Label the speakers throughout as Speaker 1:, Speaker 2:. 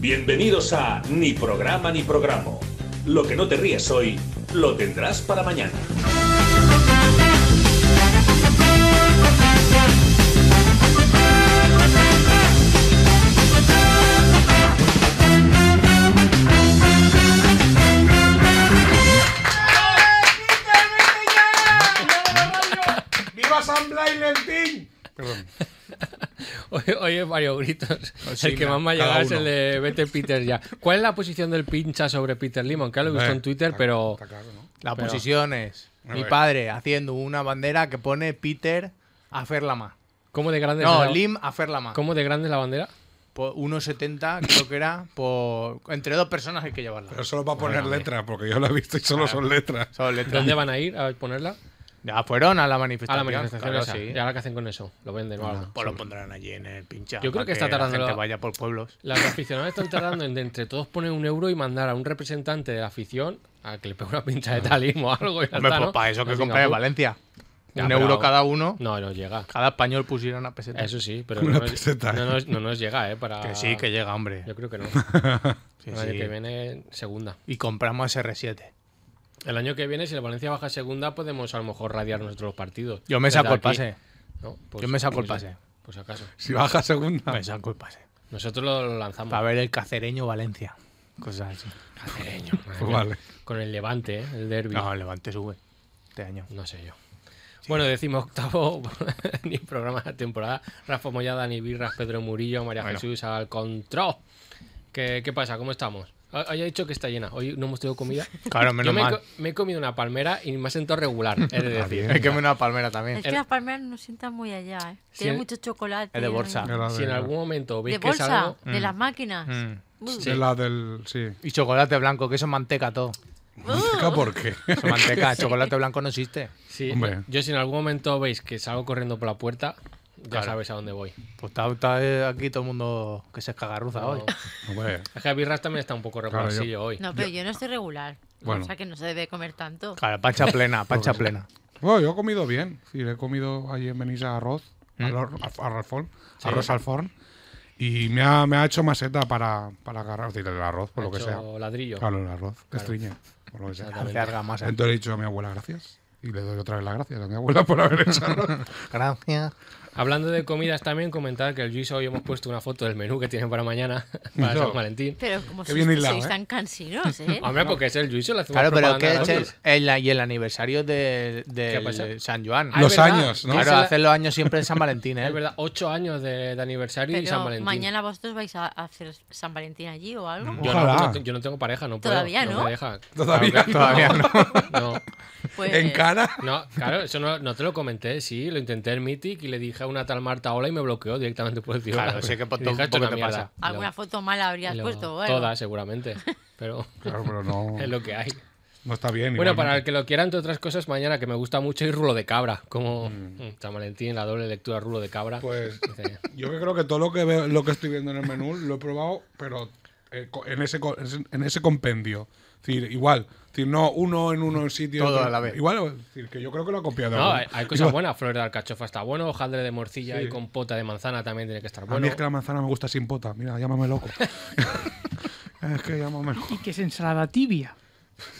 Speaker 1: Bienvenidos a Ni programa ni programa. Lo que no te ríes hoy, lo tendrás para mañana.
Speaker 2: ¡Viva San Blay Lentín! Perdón.
Speaker 3: Oye, oye, varios gritos.
Speaker 4: Ah,
Speaker 2: Sí,
Speaker 3: el que
Speaker 2: mira,
Speaker 3: más me ha
Speaker 2: cada
Speaker 3: llegado es
Speaker 2: uno.
Speaker 3: el de Vete Peter ya. ¿Cuál es la posición del pincha sobre Peter Limon? Que lo he visto en Twitter, pero.
Speaker 2: Está claro, ¿no?
Speaker 4: La
Speaker 3: Pero-
Speaker 4: posición es
Speaker 2: A
Speaker 4: mi
Speaker 2: ver.
Speaker 4: padre haciendo una bandera que pone Peter a Ferlama.
Speaker 3: ¿Cómo de grande
Speaker 4: No,
Speaker 3: es la,
Speaker 4: Lim a Ferlama.
Speaker 3: ¿Cómo de grande es la bandera?
Speaker 4: Por 1,70 creo que era. Por... Entre dos personas hay que llevarla.
Speaker 2: Pero solo para poner letras, porque yo lo he visto y solo son letras.
Speaker 4: Son letras.
Speaker 3: ¿Dónde van a ir a ponerla?
Speaker 4: Ya fueron a la
Speaker 3: A
Speaker 4: manifestación.
Speaker 3: la manifestación
Speaker 4: claro,
Speaker 3: esa.
Speaker 4: sí.
Speaker 3: ¿Y ahora qué hacen con eso? Lo venden o algo.
Speaker 4: Pues lo pondrán allí en el pincha.
Speaker 3: Yo creo
Speaker 4: para
Speaker 3: que está tardando
Speaker 4: La gente
Speaker 3: la-
Speaker 4: vaya por pueblos.
Speaker 3: Las aficionados están tardando en de entre todos poner un euro y mandar a un representante de la afición a que le pegue una pincha de talismo o algo. y ya
Speaker 4: Hombre,
Speaker 3: está,
Speaker 4: pues
Speaker 3: ¿no?
Speaker 4: para eso
Speaker 3: No
Speaker 4: que
Speaker 3: tenga
Speaker 4: compré en
Speaker 3: pu-
Speaker 4: Valencia.
Speaker 3: Ya,
Speaker 4: un
Speaker 3: pero-
Speaker 4: euro cada uno.
Speaker 3: No, no llega.
Speaker 4: Cada español pusiera una peseta.
Speaker 3: Eso sí, pero
Speaker 2: Una
Speaker 3: no nos,
Speaker 2: peseta,
Speaker 3: no
Speaker 2: ¿eh?
Speaker 3: nos- no nos llega, ¿eh? Para...
Speaker 4: Que sí, que llega, hombre.
Speaker 3: Yo creo que no.
Speaker 4: Sí,
Speaker 3: el año
Speaker 4: sí.
Speaker 3: que viene, segunda.
Speaker 4: Y compramos R7.
Speaker 3: El año que viene, si la Valencia baja a segunda, podemos a lo mejor radiar nuestros partidos.
Speaker 4: Yo me
Speaker 3: Desde
Speaker 4: saco el
Speaker 3: aquí.
Speaker 4: pase.
Speaker 3: No, pues-
Speaker 4: Yo me saco el
Speaker 3: pues-
Speaker 4: pase.
Speaker 3: Pues acaso.
Speaker 2: Si baja
Speaker 3: Ah.
Speaker 2: segunda.
Speaker 4: Me saco el pase.
Speaker 3: Nosotros lo, lo lanzamos.
Speaker 4: Para ver el cacereño Valencia. Cosas así.
Speaker 3: Cacereño, madre
Speaker 2: Pues
Speaker 3: mía.
Speaker 2: vale.
Speaker 3: Con el Levante, ¿eh? el derby.
Speaker 4: No, Levante sube. Este año.
Speaker 3: No sé yo. Bueno, decimos octavo, ni programa de la temporada. Rafa Mollada, ni Birras, Pedro Murillo, María
Speaker 4: Bueno.
Speaker 3: Jesús al control. ¿Qué, qué pasa? ¿Cómo estamos? Hoy hoy ha dicho que está llena. Hoy no hemos tenido comida.
Speaker 4: Claro, menos
Speaker 3: Yo me, he
Speaker 4: mal.
Speaker 3: co- me he comido una palmera y me ha sentado regular. Es de decir,
Speaker 4: Hay que ver una palmera también.
Speaker 5: Es que las palmeras no sientan muy allá, ¿eh?
Speaker 3: Sí,
Speaker 5: Tiene
Speaker 3: ¿eh?
Speaker 5: mucho chocolate.
Speaker 4: Es eh, de
Speaker 5: y
Speaker 4: bolsa.
Speaker 5: vaina.
Speaker 2: Era
Speaker 3: si en
Speaker 2: de-
Speaker 3: algún momento veis
Speaker 5: De
Speaker 3: que es
Speaker 5: bolsa,
Speaker 3: algo.
Speaker 5: de las máquinas.
Speaker 4: Mm.
Speaker 5: Uy,
Speaker 2: de la del. Sí.
Speaker 4: Y chocolate blanco, que eso es manteca todo.
Speaker 2: Manteca, ¿Por qué?
Speaker 4: Eso es manteca. Chocolate blanco no existe.
Speaker 3: Sí,
Speaker 2: Hombre.
Speaker 3: yo si en algún momento veis que salgo corriendo por la puerta, ya
Speaker 4: Claro.
Speaker 3: sabéis a dónde voy.
Speaker 4: Pues está, está, eh, aquí todo el mundo que se escagarruza hoy.
Speaker 3: No.
Speaker 2: Hombre,
Speaker 3: Es que Birras también está un poco
Speaker 2: Claro,
Speaker 3: regularcillo
Speaker 2: yo-
Speaker 3: hoy.
Speaker 5: No, pero yo no estoy regular.
Speaker 2: Bueno.
Speaker 5: O sea que no se debe comer tanto.
Speaker 4: Claro, pancha plena, pancha plena.
Speaker 2: Bueno, yo he comido bien. Sí, he comido allí en Benissa arroz,
Speaker 3: ¿Mm?
Speaker 2: arroz, arroz, al forn- arroz al forn. Y me ha, me ha hecho maceta para, para agarrar decir, el arroz, por lo que
Speaker 3: Hecho
Speaker 2: sea.
Speaker 3: ladrillo.
Speaker 2: Claro, el arroz, que estriñe, por lo que sea.
Speaker 3: Exactamente.
Speaker 4: Larga masa.
Speaker 2: Entonces le he dicho a mi abuela gracias. Y le doy otra vez las gracias a mi abuela por haber hecho arroz.
Speaker 4: Gracias.
Speaker 3: Hablando de comidas también, comentar que el Luis hoy hemos puesto una foto del menú que tienen para mañana, para
Speaker 2: No.
Speaker 3: San Valentín.
Speaker 5: Pero como
Speaker 2: Qué
Speaker 5: sois,
Speaker 2: bien hilado,
Speaker 5: sois
Speaker 2: ¿eh?
Speaker 5: tan cansinos, ¿eh?
Speaker 3: Hombre, porque es el Luis, le hacemos
Speaker 4: Claro, pero
Speaker 3: propaganda
Speaker 4: que este
Speaker 3: al
Speaker 4: es
Speaker 3: Lluís.
Speaker 4: el, el- y el aniversario de,
Speaker 3: ¿Qué pasa?
Speaker 4: del San Juan.
Speaker 3: Ah, es
Speaker 2: Los
Speaker 3: verdad,
Speaker 2: años, ¿no?
Speaker 3: que es
Speaker 4: Claro,
Speaker 3: el-
Speaker 4: hacen los años siempre en San Valentín, ¿eh?
Speaker 3: Es verdad, ocho años de, de aniversario y San
Speaker 5: Pero
Speaker 3: Valentín.
Speaker 5: mañana vosotros vais a hacer San Valentín allí o algo.
Speaker 3: Yo no,
Speaker 2: Ojalá.
Speaker 3: no te- yo no tengo pareja, no puedo.
Speaker 5: Todavía
Speaker 3: me
Speaker 5: no.
Speaker 3: deja.
Speaker 2: Todavía
Speaker 4: Todavía no.
Speaker 3: No,
Speaker 5: Pues,
Speaker 2: En cara.
Speaker 3: no, claro, eso no, no te lo comenté, sí, lo intenté en Mythic y le dije a una tal Marta hola y me bloqueó directamente por el tío.
Speaker 4: Claro, sé que po-
Speaker 3: Le dije,
Speaker 4: un
Speaker 3: "Esto es
Speaker 4: poco
Speaker 3: una
Speaker 4: te
Speaker 3: mierda".
Speaker 4: pasa.
Speaker 3: Y lo-
Speaker 5: alguna foto mala habrías
Speaker 3: y lo-
Speaker 5: puesto. o algo.
Speaker 3: Todas, seguramente, pero
Speaker 2: Claro, pero no,
Speaker 3: es lo que hay.
Speaker 2: no está bien.
Speaker 3: Bueno,
Speaker 2: igualmente.
Speaker 3: para el que lo quiera, entre otras cosas, mañana que me gusta mucho ir rulo de cabra, como mm, San Valentín, la doble lectura rulo de cabra.
Speaker 2: Pues
Speaker 3: Dice,
Speaker 2: yo que creo que todo lo que veo- lo que estoy viendo en el menú lo he probado, pero eh, co- en ese co- en ese- en ese compendio. Es decir, igual. Es decir, no uno en uno en sitio.
Speaker 4: Todo
Speaker 2: otro-
Speaker 4: a la vez.
Speaker 2: Igual, es decir, que yo creo que lo ha copiado.
Speaker 3: No,
Speaker 2: alguno.
Speaker 3: hay, hay cosas buenas, flor de alcachofa está bueno, hojaldre de morcilla
Speaker 2: Sí.
Speaker 3: y compota de manzana también tiene que estar
Speaker 2: A
Speaker 3: bueno.
Speaker 2: mí es que la manzana me gusta sin pota. Mira, llámame loco. es que llámame loco.
Speaker 6: Y que es ensalada tibia.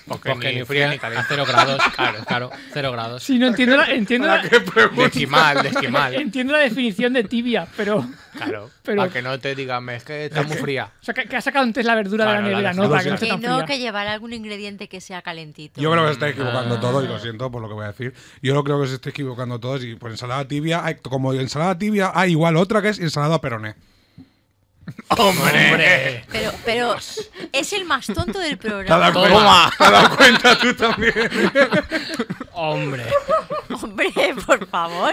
Speaker 4: Porque,
Speaker 3: Porque
Speaker 4: ni
Speaker 3: ni
Speaker 4: fría
Speaker 3: fría,
Speaker 4: ni
Speaker 3: a
Speaker 4: caliente.
Speaker 3: cero grados, claro, claro, cero grados.
Speaker 6: Sí, no entiendo la, entiendo la,
Speaker 4: Decimal, decimal.
Speaker 6: entiendo la definición de tibia, pero.
Speaker 4: Claro.
Speaker 6: Pero-
Speaker 4: Para que no te digan, es que está muy fría.
Speaker 6: O sea, que, que ha sacado antes la verdura
Speaker 4: Claro,
Speaker 6: de
Speaker 4: la
Speaker 6: la nevera,
Speaker 4: de-
Speaker 6: ¿no? Para que no esté
Speaker 5: Que
Speaker 6: tan
Speaker 5: no,
Speaker 6: fría.
Speaker 5: que llevar algún ingrediente que sea calentito.
Speaker 2: Yo creo que se está equivocando todo y lo siento por lo que voy a decir. Yo creo que se está equivocando todos y por ensalada tibia, hay- como ensalada tibia hay igual otra que es ensalada peroné.
Speaker 4: ¡Hombre!
Speaker 5: Pero, pero es el más tonto del
Speaker 2: ¿Te has
Speaker 5: programa.
Speaker 2: dado cuenta? ¿Te has dado cuenta tú también?
Speaker 3: Hombre,
Speaker 5: Hombre, por favor.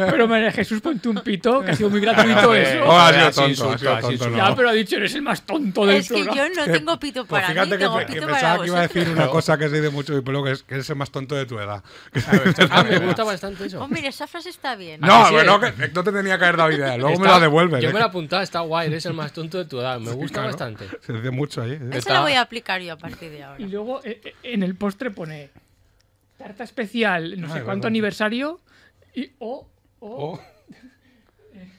Speaker 6: Pero María Jesús, ponte un pito, que ha sido muy gratuito
Speaker 4: hombre.
Speaker 6: eso.
Speaker 2: Oh, ha sido
Speaker 4: Así
Speaker 2: tonto,
Speaker 4: insulto,
Speaker 2: ha sido
Speaker 4: así
Speaker 2: tonto,
Speaker 4: insulto.
Speaker 2: no.
Speaker 6: Ya, pero ha dicho, eres el más tonto del
Speaker 5: Es que
Speaker 6: programa.
Speaker 5: yo no tengo pito
Speaker 2: Pues
Speaker 5: para mí,
Speaker 2: fíjate que,
Speaker 5: tengo
Speaker 2: pe- que
Speaker 5: pito para
Speaker 2: pensaba que iba a
Speaker 5: vosotros.
Speaker 2: decir una cosa que se dice mucho y pero que es, que es el más tonto de tu edad.
Speaker 3: ah, me gusta bastante eso.
Speaker 5: Oh, mira, esa frase está bien.
Speaker 2: no,
Speaker 3: que sí?
Speaker 2: pero no, que, no te tenía que haber dado idea. Luego me
Speaker 3: Está-
Speaker 2: la devuelven.
Speaker 3: Yo
Speaker 2: ¿eh?
Speaker 3: me la apuntaba, está guay, eres el más tonto de tu edad, me gusta
Speaker 2: Claro.
Speaker 3: bastante.
Speaker 2: Se dice mucho ahí. ¿eh?
Speaker 5: Esa la voy a aplicar yo a partir de ahora.
Speaker 6: Y luego eh, eh, en el postre pone tarta especial, no sé cuánto aniversario, y o. o-
Speaker 2: Oh.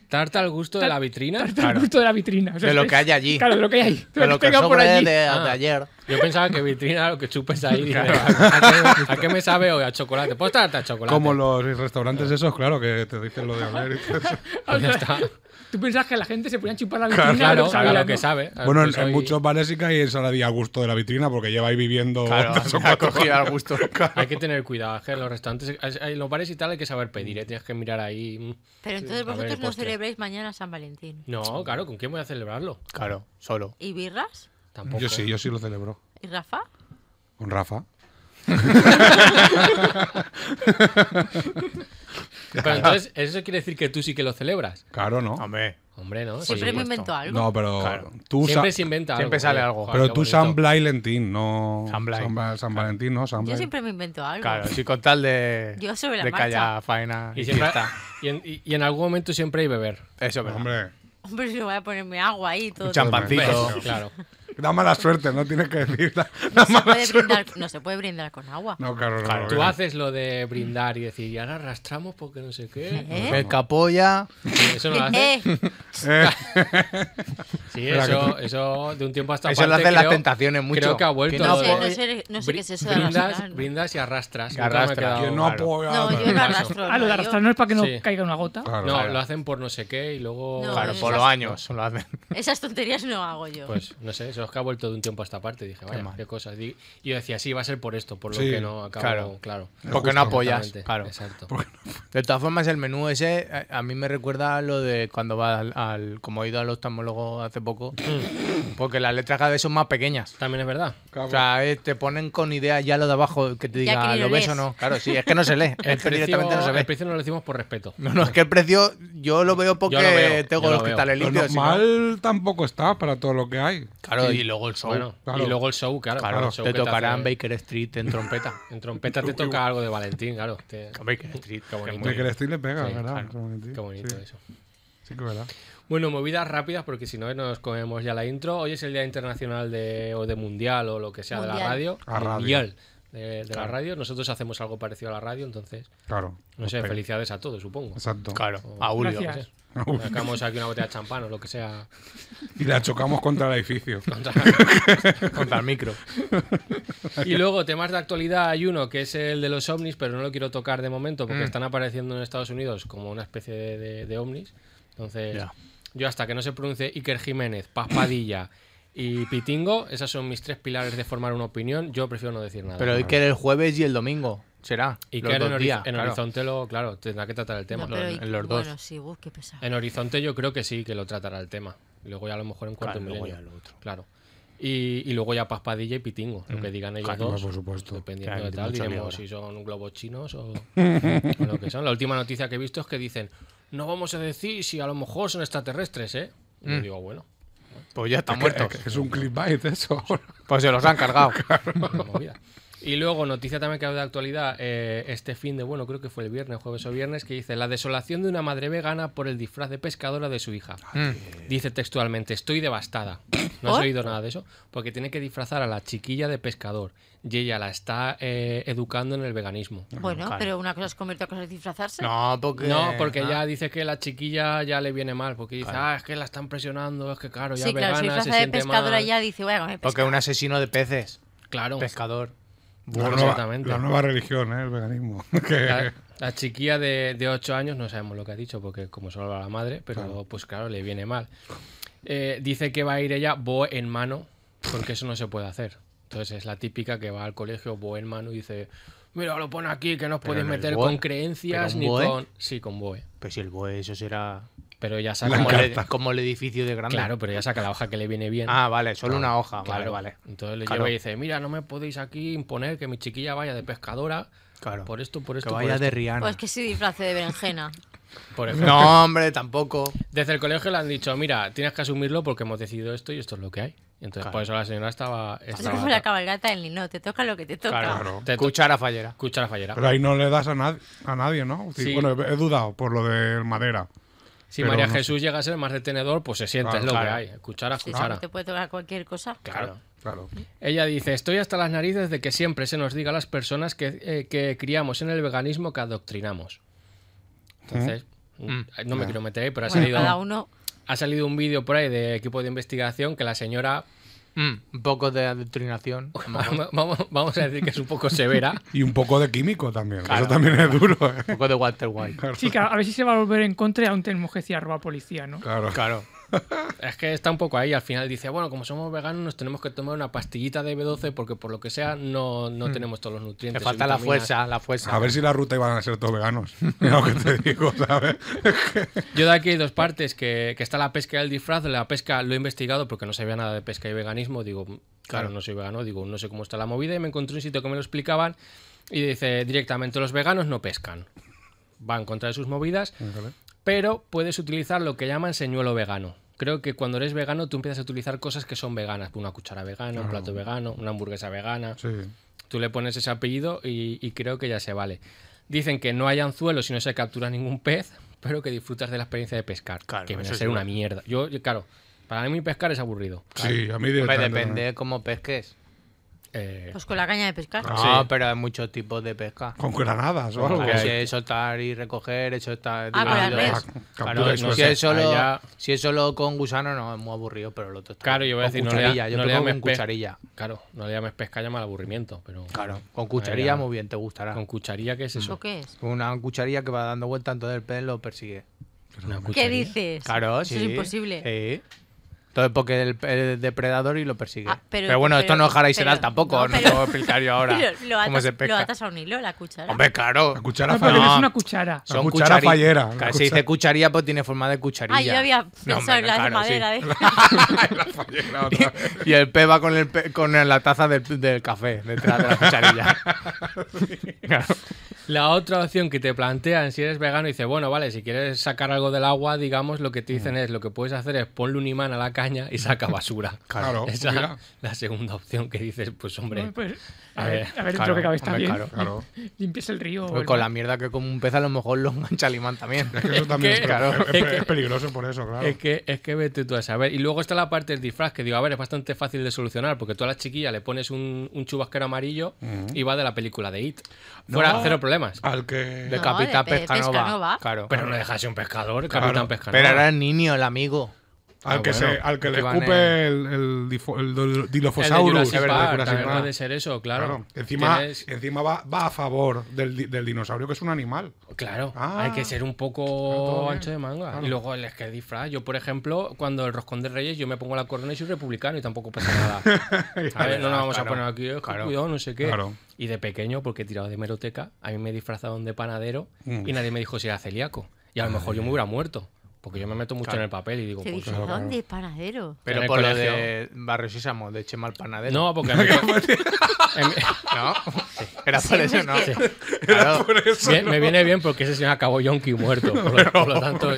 Speaker 3: Tarta al gusto de la vitrina.
Speaker 6: Tarta al gusto de la vitrina. O sea,
Speaker 4: De lo
Speaker 6: es-
Speaker 4: que hay allí.
Speaker 6: Claro, de lo que hay ahí. De
Speaker 4: Pero lo que
Speaker 6: tenga por
Speaker 4: sobra
Speaker 6: allí.
Speaker 4: de, de
Speaker 3: Ah.
Speaker 4: ayer.
Speaker 3: Yo pensaba que vitrina lo que chupes ahí. dices, ¿a, a qué, a qué me sabe hoy? A chocolate. Pues tarta a chocolate.
Speaker 2: Como los restaurantes esos, claro, que te dicen lo de oler. y todo eso.
Speaker 6: O
Speaker 3: Pues ya
Speaker 6: sea,
Speaker 3: está.
Speaker 6: Tú pensabas que la gente se ponía a chupar la vitrina.
Speaker 3: Claro,
Speaker 6: sabía,
Speaker 3: a lo que
Speaker 6: ¿no?
Speaker 3: sabe. A
Speaker 2: Bueno,
Speaker 3: ver,
Speaker 2: en,
Speaker 3: pues
Speaker 2: en
Speaker 3: hoy
Speaker 2: muchos bares sí que hay ensaladilla a gusto de la vitrina porque lleva ahí viviendo
Speaker 4: Claro,
Speaker 2: tres o
Speaker 4: me ha
Speaker 2: cuatro
Speaker 4: cogido al gusto.
Speaker 3: Hay que tener cuidado. es que en los restaurantes, en los bares y tal hay que saber pedir. ¿eh? Tienes que mirar ahí. mm.
Speaker 5: Pero entonces
Speaker 3: A ver,
Speaker 5: vosotros no
Speaker 3: postre.
Speaker 5: celebráis mañana San Valentín.
Speaker 3: No, claro, ¿con quién voy a celebrarlo?
Speaker 4: Claro, solo.
Speaker 5: ¿Y birras?
Speaker 3: Tampoco.
Speaker 2: Yo sí, yo sí lo celebro.
Speaker 5: ¿Y Rafa?
Speaker 2: Con Rafa.
Speaker 3: Pero entonces, ¿eso quiere decir que tú sí que lo celebras?
Speaker 2: Claro, ¿no?
Speaker 4: Hombre.
Speaker 3: Hombre, ¿no?
Speaker 5: Siempre
Speaker 3: Sí.
Speaker 5: me invento algo.
Speaker 2: No, pero
Speaker 4: Claro.
Speaker 2: tú
Speaker 3: Siempre
Speaker 2: Sa-
Speaker 3: se inventa
Speaker 4: siempre
Speaker 3: algo,
Speaker 4: sale
Speaker 3: oye.
Speaker 4: algo.
Speaker 3: Joder,
Speaker 2: pero
Speaker 3: qué
Speaker 2: tú
Speaker 3: bonito.
Speaker 2: San Blailentín, no
Speaker 4: San Blai.
Speaker 2: San, Ba- San Valentín, no San
Speaker 5: Yo
Speaker 2: Blai.
Speaker 5: siempre me invento algo.
Speaker 4: Claro, sí, con tal de.
Speaker 5: Yo sobre la
Speaker 4: de
Speaker 5: marcha.
Speaker 4: calla, faena.
Speaker 3: Y,
Speaker 4: Y
Speaker 3: siempre-
Speaker 4: fiesta.
Speaker 3: y en, y- y en algún momento siempre hay beber.
Speaker 4: Eso, es verdad.
Speaker 2: Hombre,
Speaker 5: Hombre, yo voy a ponerme agua ahí y todo.
Speaker 4: Un champancito.
Speaker 3: Pues, claro.
Speaker 2: da mala suerte, no tienes que decir la,
Speaker 5: No
Speaker 2: la
Speaker 5: se,
Speaker 2: mala
Speaker 5: puede
Speaker 2: suerte.
Speaker 5: brindar, no se puede brindar con agua.
Speaker 2: No, claro, no,
Speaker 4: Claro,
Speaker 2: no,
Speaker 3: Tú
Speaker 2: no.
Speaker 3: haces lo de brindar y decir, y ahora arrastramos porque no sé qué.
Speaker 5: ¿Eh?
Speaker 4: Se escapó ya.
Speaker 3: Eso no lo haces.
Speaker 5: Eh,
Speaker 2: Eh,
Speaker 3: Sí,
Speaker 2: Espera,
Speaker 3: eso, eso de un tiempo hasta
Speaker 4: Eso lo hacen las tentaciones mucho.
Speaker 3: Creo que ha vuelto.
Speaker 4: Que
Speaker 5: no,
Speaker 3: lo
Speaker 5: sé,
Speaker 3: de-
Speaker 5: no, sé, no sé qué es eso de arrastrar.
Speaker 3: brindas, brindas y arrastras.
Speaker 4: Y
Speaker 3: Nunca me he
Speaker 4: arrastras.
Speaker 3: quedado-
Speaker 2: que no
Speaker 4: Claro.
Speaker 2: apoya.
Speaker 5: No, yo no arrastro.
Speaker 6: Ah, lo de
Speaker 5: no, yo-
Speaker 6: arrastrar no es para que no
Speaker 3: Sí.
Speaker 6: caiga una gota.
Speaker 2: Claro.
Speaker 3: No,
Speaker 2: Claro.
Speaker 3: lo hacen por no sé qué y luego.
Speaker 5: No,
Speaker 4: Claro,
Speaker 5: esas-
Speaker 4: por los años lo hacen.
Speaker 5: Esas tonterías no hago yo.
Speaker 3: Pues no sé, eso es que ha vuelto de un tiempo a esta parte. Dije, vaya, qué,
Speaker 4: mal.
Speaker 3: cosas. Y y yo decía, sí, va a ser por esto, por lo
Speaker 2: Sí,
Speaker 3: que no acabo. Claro,
Speaker 4: claro. Porque no apoyas. Claro.
Speaker 3: Exacto.
Speaker 4: De todas formas, el menú ese a- a mí me recuerda a lo de cuando va al, al- como he ido al oftalmólogo hace poco, porque las letras cada vez son más pequeñas.
Speaker 3: También es verdad.
Speaker 4: O sea, eh, te ponen con idea ya lo de abajo que te
Speaker 5: Ya que
Speaker 4: diga,
Speaker 5: ni
Speaker 4: ¿lo
Speaker 5: lo
Speaker 4: ves o
Speaker 5: lees".
Speaker 4: no? Claro, sí, es que no se lee,
Speaker 3: El
Speaker 4: es que
Speaker 3: precio,
Speaker 4: directamente no se
Speaker 3: el
Speaker 4: ve.
Speaker 3: precio no lo decimos por respeto.
Speaker 4: No, no, es que el precio yo lo veo porque
Speaker 3: Yo lo veo, yo
Speaker 4: tengo
Speaker 3: lo
Speaker 4: los
Speaker 3: veo.
Speaker 4: cristales
Speaker 2: Lo
Speaker 4: limpios. si no-
Speaker 2: normal tampoco está para todo lo que hay.
Speaker 4: Claro, y luego el show.
Speaker 3: Bueno,
Speaker 2: claro.
Speaker 3: Y luego el show, claro.
Speaker 4: claro,
Speaker 3: el show
Speaker 4: te
Speaker 3: que
Speaker 4: tocarán
Speaker 3: hace-
Speaker 4: Baker Street en trompeta.
Speaker 3: En trompeta te toca algo de Valentín, claro. Te-
Speaker 4: Baker Street,
Speaker 3: Qué
Speaker 4: que
Speaker 3: bonito.
Speaker 4: muy-
Speaker 2: De Crestín le pega,
Speaker 3: Sí,
Speaker 2: ¿verdad?
Speaker 3: claro.
Speaker 2: Valentín.
Speaker 3: Qué bonito
Speaker 2: Sí,
Speaker 3: eso.
Speaker 2: Sí, que verdad.
Speaker 3: Bueno, movidas rápidas porque si no nos comemos ya la intro. Hoy es el día internacional de, o de mundial o lo que sea de la
Speaker 5: Mundial.
Speaker 3: radio.
Speaker 2: A radio.
Speaker 3: Mundial de, de la radio. Nosotros hacemos algo parecido a la radio, entonces,
Speaker 2: Claro.
Speaker 3: no sé, felicidades a todos, supongo.
Speaker 2: Exacto.
Speaker 4: Claro, a Julio.
Speaker 6: Gracias.
Speaker 3: Sacamos aquí una botella de champán o lo que sea
Speaker 2: Y la chocamos contra el edificio.
Speaker 4: Contra el micro.
Speaker 3: Y luego, temas de actualidad, hay uno que es el de los ovnis, pero no lo quiero tocar de momento
Speaker 4: Mm.
Speaker 3: porque están apareciendo en Estados Unidos como una especie de, de- de ovnis. Entonces,
Speaker 4: Ya.
Speaker 3: yo hasta que no se pronuncie Iker Jiménez, Paspadilla y Pitingo, esas son mis tres pilares de formar una opinión. Yo prefiero no decir nada.
Speaker 4: Pero hay que el jueves y el domingo. Será.
Speaker 3: y
Speaker 4: los
Speaker 3: que en,
Speaker 4: dos
Speaker 3: horiz-
Speaker 4: días,
Speaker 3: en
Speaker 4: claro.
Speaker 3: Horizonte, lo, claro, tendrá que tratar el tema.
Speaker 5: No, pero
Speaker 4: en-
Speaker 5: y-
Speaker 4: en los dos.
Speaker 5: bueno, sí, uh, qué pesado.
Speaker 3: En Horizonte yo creo que sí, que lo tratará el tema. Y luego ya a lo mejor en cuanto
Speaker 4: Claro, luego ya lo otro.
Speaker 3: Claro. Y, y luego ya Paspadilla y Pitingo, lo que digan ellos
Speaker 2: Claro,
Speaker 3: dos.
Speaker 2: por supuesto.
Speaker 3: Dependiendo
Speaker 4: Claro,
Speaker 3: de tal,
Speaker 4: mucho lío
Speaker 3: diremos
Speaker 4: ahora.
Speaker 3: si son globos chinos o, o lo que son. La última noticia que he visto es que dicen, no vamos a decir si a lo mejor son extraterrestres, ¿eh? Y yo digo, bueno,
Speaker 4: Pues ya están
Speaker 2: Es
Speaker 4: muertos.
Speaker 2: que Es un clickbait eso.
Speaker 4: Pues se los han cargado.
Speaker 3: una movida. Y luego, noticia también que ha habido de actualidad, eh, este fin de, bueno, creo que fue el viernes, jueves o viernes, que dice, la desolación de una madre vegana por el disfraz de pescadora de su hija. Dice textualmente, estoy devastada. ¿No has
Speaker 5: ¿Por?
Speaker 3: oído nada de eso? Porque tiene que disfrazar a la chiquilla de pescador y ella la está eh, educando en el veganismo.
Speaker 5: Bueno, pero una cosa es comer, otra cosa es disfrazarse.
Speaker 4: No, porque.
Speaker 3: No, porque
Speaker 4: ah,
Speaker 3: ya dice que la chiquilla ya le viene mal, porque dice, ah, es que la están presionando, es que claro, ya
Speaker 5: sí, claro,
Speaker 3: vegana,
Speaker 5: si
Speaker 3: se
Speaker 5: disfraza de
Speaker 3: siente
Speaker 5: pescadora
Speaker 3: mal.
Speaker 5: ya dice, voy a comer
Speaker 4: Porque
Speaker 5: pescado.
Speaker 4: un asesino de peces.
Speaker 3: Claro,
Speaker 4: Pescador.
Speaker 2: La nueva,
Speaker 3: exactamente.
Speaker 2: la nueva religión, ¿eh? el veganismo. Que-
Speaker 3: La, la chiquilla de, de 8 años, no sabemos lo que ha dicho, porque como solo habla la madre, pero pues claro, le viene mal. Eh, dice que va a ir ella boe en mano, porque eso no se puede hacer. Entonces es la típica que va al colegio boe en mano y dice, mira, lo pone aquí, que no os podéis
Speaker 4: no es
Speaker 3: meter
Speaker 4: boe,
Speaker 3: con creencias
Speaker 4: pero un eh?
Speaker 3: ni
Speaker 4: boe.
Speaker 3: con... Sí, con boe.
Speaker 4: Pues si el boe, eso será.
Speaker 3: Pero ella saca...
Speaker 4: Como el, como el edificio de grande.
Speaker 3: Claro, pero ella saca la hoja que le viene bien.
Speaker 4: Ah, vale, solo una hoja.
Speaker 3: Claro.
Speaker 4: Vale, vale.
Speaker 3: Entonces le
Speaker 4: Claro.
Speaker 3: lleva y dice, mira, no me podéis aquí imponer que mi chiquilla vaya de pescadora.
Speaker 4: Claro.
Speaker 3: Por esto, por
Speaker 4: que
Speaker 3: esto, por
Speaker 4: vaya
Speaker 3: esto".
Speaker 4: de Rihanna.
Speaker 5: Pues que sí disfrace de berenjena.
Speaker 3: Por ejemplo.
Speaker 4: No, hombre, tampoco.
Speaker 3: Desde el colegio le han dicho, mira, tienes que asumirlo porque hemos decidido esto y esto es lo que hay. Y Entonces,
Speaker 4: Claro.
Speaker 3: por eso la señora estaba...
Speaker 5: Es
Speaker 3: estaba
Speaker 5: como la cabalgata del Nino, te toca lo que te toca.
Speaker 4: Claro.
Speaker 3: Te to-
Speaker 4: Cuchara fallera.
Speaker 3: Escucha la fallera.
Speaker 2: Pero ahí no le das a, nadie a nadie, ¿no? Sí,
Speaker 3: Sí.
Speaker 2: Bueno, he he dudado por lo de madera.
Speaker 3: si
Speaker 2: pero
Speaker 3: María
Speaker 2: no sé.
Speaker 3: Jesús llega a ser más retenedor, pues se siente,
Speaker 2: Claro,
Speaker 3: es lo
Speaker 4: claro.
Speaker 3: que hay. Cuchara,
Speaker 5: Sí, sí,
Speaker 3: cuchara.
Speaker 5: te puede tocar cualquier cosa.
Speaker 3: Claro.
Speaker 2: Claro.
Speaker 3: Ella dice, estoy hasta las narices de que siempre se nos diga a las personas que, eh, que criamos en el veganismo que adoctrinamos. Entonces,
Speaker 2: Mm.
Speaker 3: No me quiero meter ahí, pero ha
Speaker 5: Bueno,
Speaker 3: salido,
Speaker 5: cada uno.
Speaker 3: ha salido un vídeo por ahí de equipo de investigación que la señora,
Speaker 4: Mm, un poco de adoctrinación. a lo mejor.
Speaker 3: vamos, vamos a decir que es un poco severa,
Speaker 2: Y un poco de químico también. Eso también es duro, ¿eh?
Speaker 4: Un poco de Walter White.
Speaker 2: Claro.
Speaker 6: Sí, claro, a ver si se va a volver en contra y aún tenemos que decir arroba policía, ¿no?
Speaker 2: Claro.
Speaker 4: Claro.
Speaker 3: es que está un poco ahí. Al final dice, bueno, como somos veganos nos tenemos que tomar una pastillita de B12 porque por lo que sea no, no tenemos todos los
Speaker 4: Le
Speaker 3: nutrientes. y
Speaker 4: Hmm. falta la
Speaker 3: vitaminas".
Speaker 4: fuerza, la fuerza.
Speaker 2: A ver si la ruta iban a ser todos veganos. Mira lo que te digo, ¿sabes?
Speaker 3: Yo de aquí hay dos partes, que, que está la pesca y el disfraz. La pesca lo he investigado porque no sabía nada de pesca y veganismo. Digo, "Mm, claro, no soy vegano, digo, no sé cómo está la movida. Y me encontré un sitio que me lo explicaban y dice, directamente los veganos no pescan. Van contra de sus movidas, pero puedes utilizar lo que llaman señuelo vegano. Creo que cuando eres vegano tú empiezas a utilizar cosas que son veganas. Una cuchara vegana,
Speaker 4: Ah.
Speaker 3: un plato vegano, una hamburguesa vegana.
Speaker 2: Sí.
Speaker 3: Tú le pones ese apellido y, y creo que ya se vale. Dicen que no hay anzuelos si no se captura ningún pez, pero que disfrutas de la experiencia de pescar.
Speaker 4: Claro,
Speaker 3: que viene
Speaker 4: eso
Speaker 3: a
Speaker 4: es
Speaker 3: ser una
Speaker 4: verdad.
Speaker 3: mierda. Yo, yo, claro, para mí pescar es aburrido.
Speaker 2: Sí, a mí
Speaker 4: Hombre,
Speaker 2: directamente no.
Speaker 4: depende cómo pesques.
Speaker 3: Eh,
Speaker 5: Pues con la caña de pescar.
Speaker 4: No, pero hay muchos tipos de pesca.
Speaker 2: Con granadas o
Speaker 3: Con
Speaker 2: algo.
Speaker 3: granadas.
Speaker 4: Si es soltar y recoger, eso está.
Speaker 5: Ah, con las redes.
Speaker 2: Captura
Speaker 4: Claro,
Speaker 2: y
Speaker 4: no, si,
Speaker 2: suelta.
Speaker 4: es solo,
Speaker 3: Allá-
Speaker 4: si es solo con gusano, no, es muy aburrido, pero lo otro está.
Speaker 3: Claro, yo voy a
Speaker 4: con
Speaker 3: decir, no le,
Speaker 4: cucharilla.
Speaker 3: da-
Speaker 4: yo
Speaker 3: no le
Speaker 4: pego
Speaker 3: llames
Speaker 4: con
Speaker 3: pe-
Speaker 4: cucharilla.
Speaker 3: Claro, no le llames pesca, llama al aburrimiento, pero
Speaker 4: Claro, con cucharilla
Speaker 3: Allá.
Speaker 4: muy bien, te gustará.
Speaker 3: con cucharilla, ¿qué es eso?
Speaker 5: ¿Eso qué es?
Speaker 4: Una cucharilla que va dando vuelta, entonces el pez lo persigue.
Speaker 3: Una
Speaker 5: ¿Qué
Speaker 3: cucharilla.
Speaker 5: dices?
Speaker 4: Claro,
Speaker 5: Eso
Speaker 4: sí. Eh,
Speaker 5: es imposible.
Speaker 4: Sí. Entonces, porque el, el depredador y lo persigue.
Speaker 5: Ah,
Speaker 4: pero,
Speaker 5: pero-
Speaker 4: bueno, esto
Speaker 5: pero-
Speaker 4: no es Jara y
Speaker 5: pero-
Speaker 4: Seral tampoco,
Speaker 5: no,
Speaker 4: no,
Speaker 5: pero-
Speaker 4: te voy a explicar yo ahora
Speaker 5: Pero lo
Speaker 4: cómo se
Speaker 5: atas, lo
Speaker 4: pesca.
Speaker 5: atas a un hilo, la cuchara.
Speaker 4: Hombre, claro.
Speaker 2: La cuchara
Speaker 6: No,
Speaker 2: fa-
Speaker 6: pero
Speaker 4: no.
Speaker 6: es una cuchara.
Speaker 2: La cuchara
Speaker 4: cuchari-
Speaker 2: fallera, la
Speaker 4: Claro, Si dice
Speaker 2: cuchara-
Speaker 4: cucharilla, pues tiene forma de cucharilla.
Speaker 5: Ay, Ah, yo había
Speaker 4: No,
Speaker 5: pensado
Speaker 4: hombre,
Speaker 5: en la de
Speaker 4: claro, sí.
Speaker 5: madera. ¿eh?
Speaker 2: la fallera otra vez.
Speaker 4: Y el pez va con, el pe- con la taza del, del café detrás de la cucharilla.
Speaker 3: La otra opción que te plantean si eres vegano, dice, bueno, vale, si quieres sacar algo del agua, digamos, lo que te dicen es, lo que puedes hacer es ponle un imán a la caña y saca basura.
Speaker 2: Claro,
Speaker 3: Esa
Speaker 2: mira.
Speaker 3: la segunda opción que dices, pues hombre,
Speaker 6: No, pues, a
Speaker 3: Eh,
Speaker 6: ver, a ver
Speaker 4: claro,
Speaker 6: dentro que cabe está
Speaker 4: hombre,
Speaker 6: bien.
Speaker 4: claro.
Speaker 2: Claro.
Speaker 6: Limpies el río. o
Speaker 4: Porque
Speaker 6: el
Speaker 4: con la
Speaker 6: mar.
Speaker 4: mierda que como un pez a lo mejor lo engancha limán también.
Speaker 2: Es que eso también es,
Speaker 3: que-
Speaker 2: claro,
Speaker 3: claro,
Speaker 2: es-
Speaker 3: es
Speaker 2: es
Speaker 3: que-
Speaker 2: peligroso por eso, claro.
Speaker 3: es que es que vete tú a saber. Y luego está la parte del disfraz, que digo, a ver, es bastante fácil de solucionar, porque tú a la chiquilla le pones un, un chubasquero amarillo y va de la película de It. Fuera, cero problemas.
Speaker 2: Al que.
Speaker 5: No,
Speaker 4: Decapita
Speaker 5: de pe-
Speaker 4: Pescanova.
Speaker 5: Pescanova.
Speaker 4: Claro.
Speaker 3: Pero no dejas de ser un pescador, capitán pescador.
Speaker 4: Pero era el niño, el amigo.
Speaker 2: Al que, se, al que le
Speaker 4: Iban
Speaker 2: escupe el, el, difo- el dol-
Speaker 3: El de
Speaker 2: Dilophosaurus.
Speaker 3: Jurassic Park,
Speaker 2: Jurassic
Speaker 3: también
Speaker 2: Park.
Speaker 3: puede ser eso, claro.
Speaker 2: Claro. Encima,
Speaker 3: Tienes-
Speaker 2: encima va, va a favor del, di- del dinosaurio, que es un animal.
Speaker 3: Claro,
Speaker 2: Ah.
Speaker 3: hay que ser un
Speaker 2: todo
Speaker 3: poco
Speaker 2: bien.
Speaker 3: ancho de manga. Y luego el es que disfraz. Yo, por ejemplo, cuando el roscón de Reyes, yo me pongo la corona y soy republicano y tampoco pasa nada. A ver, no nos vamos a poner aquí, eh,
Speaker 4: Claro.
Speaker 3: cuidado, no sé qué.
Speaker 2: Claro.
Speaker 3: Y de pequeño, porque he tirado de meroteca, a mí me disfrazaron de panadero y nadie me dijo si era celíaco. Y a lo mejor yo me hubiera muerto, porque yo me meto mucho en el papel y digo,
Speaker 5: Te
Speaker 3: pues,
Speaker 5: dije, ¿dónde panadero?
Speaker 4: Pero
Speaker 3: En el
Speaker 4: por lo
Speaker 3: colegio.
Speaker 4: de Barrio Sésamo, de Chema el panadero.
Speaker 3: no, porque a mí- en mi-
Speaker 4: ¿No? Era por
Speaker 5: Sí,
Speaker 4: eso, ¿no?
Speaker 5: porque-
Speaker 4: Claro.
Speaker 3: Bien, me viene bien porque ese señor acabó yonki muerto. Por lo, por lo tanto,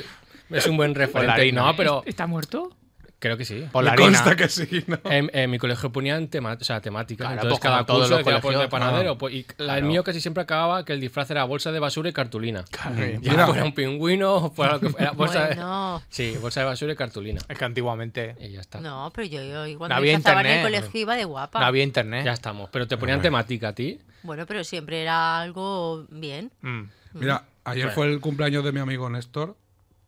Speaker 3: es un buen referente.
Speaker 4: harina.
Speaker 3: No, pero
Speaker 6: ¿Está muerto?
Speaker 3: creo que sí.
Speaker 4: Por
Speaker 2: Me
Speaker 4: la harina.
Speaker 2: consta que sí, ¿no?
Speaker 3: En, en mi colegio ponían tema, o sea, temáticas.
Speaker 4: Claro,
Speaker 3: entonces
Speaker 4: pues
Speaker 3: cada
Speaker 4: como todos
Speaker 3: curso
Speaker 4: los
Speaker 3: decía, pues, de
Speaker 4: colegios,
Speaker 3: panadero.
Speaker 4: claro.
Speaker 3: pues, y la- el mío casi siempre acababa que el disfraz era bolsa de basura y cartulina. Ya
Speaker 2: Mira.
Speaker 3: fuera un pingüino, fuera lo que fuera.
Speaker 4: pues,
Speaker 3: Bolsa
Speaker 4: eh,
Speaker 5: Bueno.
Speaker 3: de, sí, bolsa de basura y cartulina.
Speaker 4: Es que antiguamente
Speaker 3: Y ya está.
Speaker 5: No, pero yo, yo
Speaker 4: No
Speaker 5: cuando
Speaker 4: había
Speaker 5: estaba en el
Speaker 4: internet.
Speaker 5: colegio iba de guapa.
Speaker 4: no había internet.
Speaker 3: Ya estamos. Pero te ponían temática a ti.
Speaker 5: Bueno, pero siempre era algo bien.
Speaker 4: Mm.
Speaker 2: Mira, ayer fue el cumpleaños de mi amigo Néstor,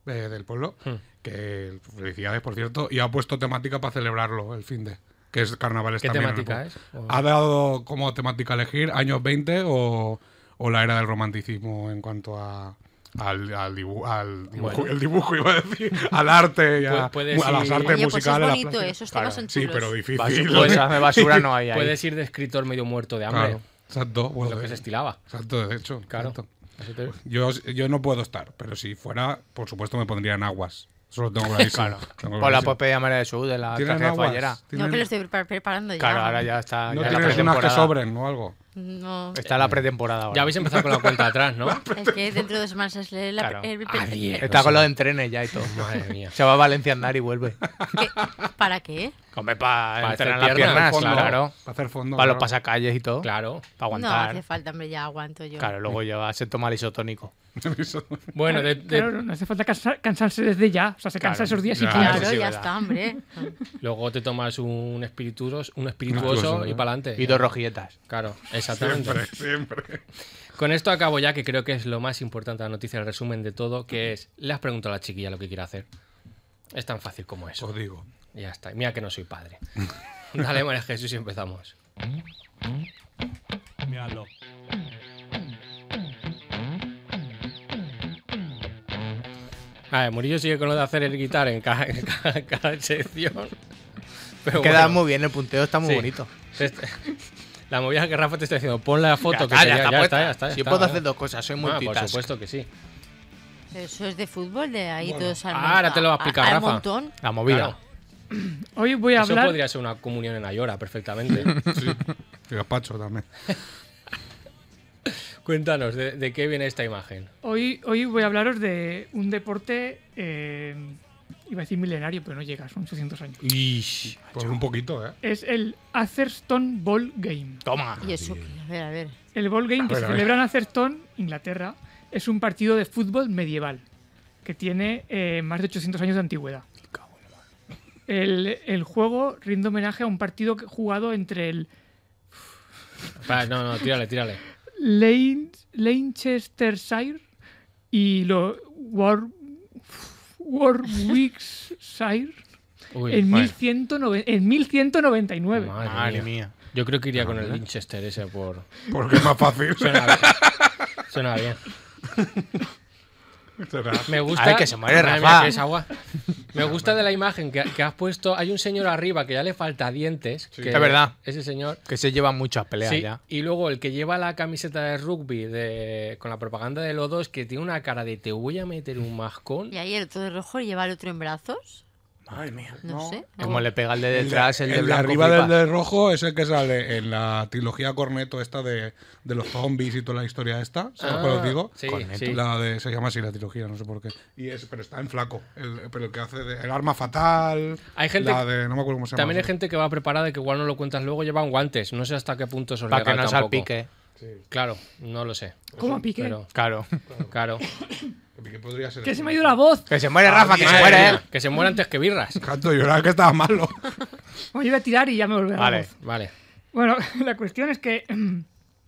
Speaker 2: eh, del pueblo, que felicidades, por cierto, y ha puesto temática para celebrarlo el fin de, que es carnavales
Speaker 3: ¿Qué
Speaker 2: también en el
Speaker 3: temática
Speaker 2: pueblo.
Speaker 3: es?
Speaker 2: Ha dado como temática elegir años 20 o, o la era del romanticismo en cuanto a... Al, al dibu- al dibujo, el dibujo iba a decir, al arte, y a,
Speaker 3: Pu- puedes
Speaker 2: a las
Speaker 3: ir-
Speaker 2: artes
Speaker 5: Oye, pues es
Speaker 2: musicales. a las
Speaker 5: bonito,
Speaker 2: plásticas.
Speaker 5: esos
Speaker 2: Claro,
Speaker 5: temas son
Speaker 2: Sí,
Speaker 5: chulos.
Speaker 2: pero
Speaker 4: Basu-
Speaker 2: difícil.
Speaker 4: bolsas pues, de basura no hay ahí.
Speaker 3: Puedes ir de escritor medio muerto de hambre.
Speaker 2: Claro, exacto. bueno,
Speaker 3: Lo que
Speaker 2: de-
Speaker 3: se estilaba.
Speaker 2: Exacto, de hecho.
Speaker 3: Claro.
Speaker 2: exacto.
Speaker 3: Así te-
Speaker 4: Pues,
Speaker 2: Yo, yo no puedo estar, pero si fuera, por supuesto me pondría en aguas. Eso lo tengo clarísimo. Tengo
Speaker 4: Por la
Speaker 2: clarísimo.
Speaker 4: Popeya María de Sud, de la
Speaker 2: ¿Tienen
Speaker 4: tragedia
Speaker 2: aguas?
Speaker 4: fallera.
Speaker 5: No,
Speaker 2: ¿Tienen-
Speaker 5: que lo estoy pre- preparando ya.
Speaker 4: Claro, ahora ya está. Ah,
Speaker 2: ¿No
Speaker 4: ya la
Speaker 2: tienes unas que
Speaker 4: pretemporada.
Speaker 2: sobren o algo?
Speaker 5: No,
Speaker 4: Está la pretemporada ahora.
Speaker 3: Ya habéis empezado con la cuenta atrás, ¿no?
Speaker 5: es que dentro de dos semanas es la-
Speaker 4: Claro. Ah,
Speaker 5: el-
Speaker 3: A diez,
Speaker 4: Está
Speaker 3: o
Speaker 4: con
Speaker 3: sea,
Speaker 4: los entrenes ya y todo.
Speaker 3: Madre mía.
Speaker 4: Se va a Valencia a andar y vuelve.
Speaker 5: ¿Qué? ¿Para qué?
Speaker 4: Hombre, para
Speaker 3: Pa
Speaker 4: entrenar
Speaker 3: hacer
Speaker 4: las piernas,
Speaker 3: piernas,
Speaker 2: fondo,
Speaker 4: claro.
Speaker 2: Para hacer fondo.
Speaker 4: Para los
Speaker 2: claro.
Speaker 4: pasacalles y todo.
Speaker 3: Claro.
Speaker 4: Para
Speaker 5: No
Speaker 4: aguantar.
Speaker 5: hace falta, hombre, ya aguanto yo.
Speaker 4: Claro, luego lleva, se toma el isotónico.
Speaker 3: Bueno, de- de-
Speaker 6: Claro, no hace falta cansa- cansarse desde ya. O sea, se
Speaker 4: Claro,
Speaker 6: cansa esos días
Speaker 2: ya.
Speaker 6: y
Speaker 2: Ah,
Speaker 5: Claro,
Speaker 4: eso sí,
Speaker 5: ya
Speaker 4: verdad.
Speaker 5: está, hombre.
Speaker 3: luego te tomas un espirituoso, un
Speaker 2: espirituoso,
Speaker 3: espirituoso y
Speaker 2: ¿verdad?
Speaker 3: para adelante.
Speaker 4: Y dos rojilletas.
Speaker 3: Claro, exactamente.
Speaker 2: Siempre, siempre.
Speaker 3: Con esto acabo ya, que creo que es lo más importante de la noticia, el resumen de todo, que es, le has preguntado a la chiquilla lo que quiere hacer. Es tan fácil como eso.
Speaker 2: Os digo.
Speaker 3: Ya está. Mira que no soy padre. Dale, María Jesús, y empezamos.
Speaker 2: Miradlo.
Speaker 3: A ver, Murillo sigue con lo de hacer el guitar en cada, en cada- cada sección. Pero
Speaker 4: Queda
Speaker 3: bueno,
Speaker 4: muy bien, el punteo está muy
Speaker 3: sí.
Speaker 4: bonito.
Speaker 3: Este- la movida que Rafa te está diciendo, pon la foto
Speaker 4: Ya
Speaker 3: que
Speaker 4: está,
Speaker 3: te-
Speaker 4: ya está puesta.
Speaker 3: ya está, ya
Speaker 4: Si yo
Speaker 3: está,
Speaker 4: puedo
Speaker 3: ya.
Speaker 4: hacer dos cosas, soy
Speaker 3: Ah, Por
Speaker 4: multitask.
Speaker 3: supuesto que sí.
Speaker 5: Eso es de fútbol, de ahí todos al
Speaker 3: ahora
Speaker 5: monta-
Speaker 3: te lo va a explicar
Speaker 5: al
Speaker 3: Rafa.
Speaker 5: montón.
Speaker 4: La movida.
Speaker 3: Claro.
Speaker 6: Hoy voy a
Speaker 3: Eso
Speaker 6: hablar.
Speaker 3: podría ser una comunión en Ayora, perfectamente.
Speaker 2: Y gazpacho también.
Speaker 3: Cuéntanos, ¿de, de qué viene esta imagen?
Speaker 6: Hoy, hoy voy a hablaros de un deporte. eh, iba a decir milenario, pero no llega, son 800 años.
Speaker 2: Pues un poquito, ¿eh?
Speaker 6: Es el Atherstone Ball Game.
Speaker 4: Toma.
Speaker 5: Y eso, que- a ver, a ver.
Speaker 6: El Ball Game que
Speaker 2: Bueno,
Speaker 6: se
Speaker 2: a ver.
Speaker 6: celebra en Atherstone, Inglaterra, es un partido de fútbol medieval que tiene eh, más de 800 años de antigüedad. El, el juego rinde homenaje a un partido que- jugado entre el
Speaker 3: Va, no, no, tírale, tírale.
Speaker 6: Lein- Leicestershire y los War, Warwickshire
Speaker 3: Uy,
Speaker 6: en,
Speaker 3: madre-
Speaker 6: 1109 en 1199.
Speaker 3: madre
Speaker 4: Madre
Speaker 3: mía.
Speaker 4: mía. Ah,
Speaker 3: Yo creo que iría con el Winchester ese por...
Speaker 2: Porque es más fácil.
Speaker 3: Suena bien. Suena bien.
Speaker 2: Será.
Speaker 3: Me gusta.
Speaker 4: Ay, que se muere,
Speaker 3: Madre
Speaker 4: Rafa.
Speaker 3: mía, que es agua. Me gusta de la imagen que, que has puesto. Hay un señor arriba que ya le falta dientes. que
Speaker 4: Es verdad.
Speaker 3: Ese señor.
Speaker 4: Que se llevan muchas peleas
Speaker 3: Sí,
Speaker 4: ya.
Speaker 3: y luego el que lleva la camiseta de rugby de, con la propaganda de los dos, que tiene una cara de te voy a meter un mascón.
Speaker 5: Y ahí el otro de rojo lleva el otro en brazos.
Speaker 4: Madre mía.
Speaker 5: No, sé.
Speaker 4: Como le pega el de detrás, el, de
Speaker 2: de
Speaker 4: blanco.
Speaker 2: arriba del
Speaker 4: flipas.
Speaker 2: de rojo es el que sale en la trilogía Corneto esta de, de los zombies y toda la historia esta. ¿Sabes
Speaker 3: Ah,
Speaker 2: cuál os digo?
Speaker 3: sí,
Speaker 2: Cornetto.
Speaker 3: sí.
Speaker 2: La de, se llama así la trilogía, no sé por qué. Y es, pero está en flaco. El, pero el que hace de- el arma fatal.
Speaker 3: Hay gente
Speaker 2: La
Speaker 3: que-
Speaker 2: de, no me acuerdo cómo se llama.
Speaker 3: También hay gente que va preparada y que igual no lo cuentas luego, llevan guantes. No sé hasta qué punto eso es
Speaker 4: Para que
Speaker 3: legal
Speaker 4: no
Speaker 3: tampoco.
Speaker 4: salpique.
Speaker 3: Claro, no lo sé.
Speaker 6: ¿Cómo pique?
Speaker 3: Pero,
Speaker 4: Claro.
Speaker 3: claro.
Speaker 2: Que podría ser.
Speaker 6: Que se me ha ido la voz.
Speaker 4: Que se muere Rafa, que se
Speaker 3: Madre
Speaker 4: muere
Speaker 3: mía,
Speaker 4: él.
Speaker 3: Que se muera antes que birras.
Speaker 2: Canto llorar que estaba malo.
Speaker 6: Me iba a tirar y ya me volverá la
Speaker 4: Vale.
Speaker 6: voz.
Speaker 3: Vale.
Speaker 6: Bueno, la cuestión es que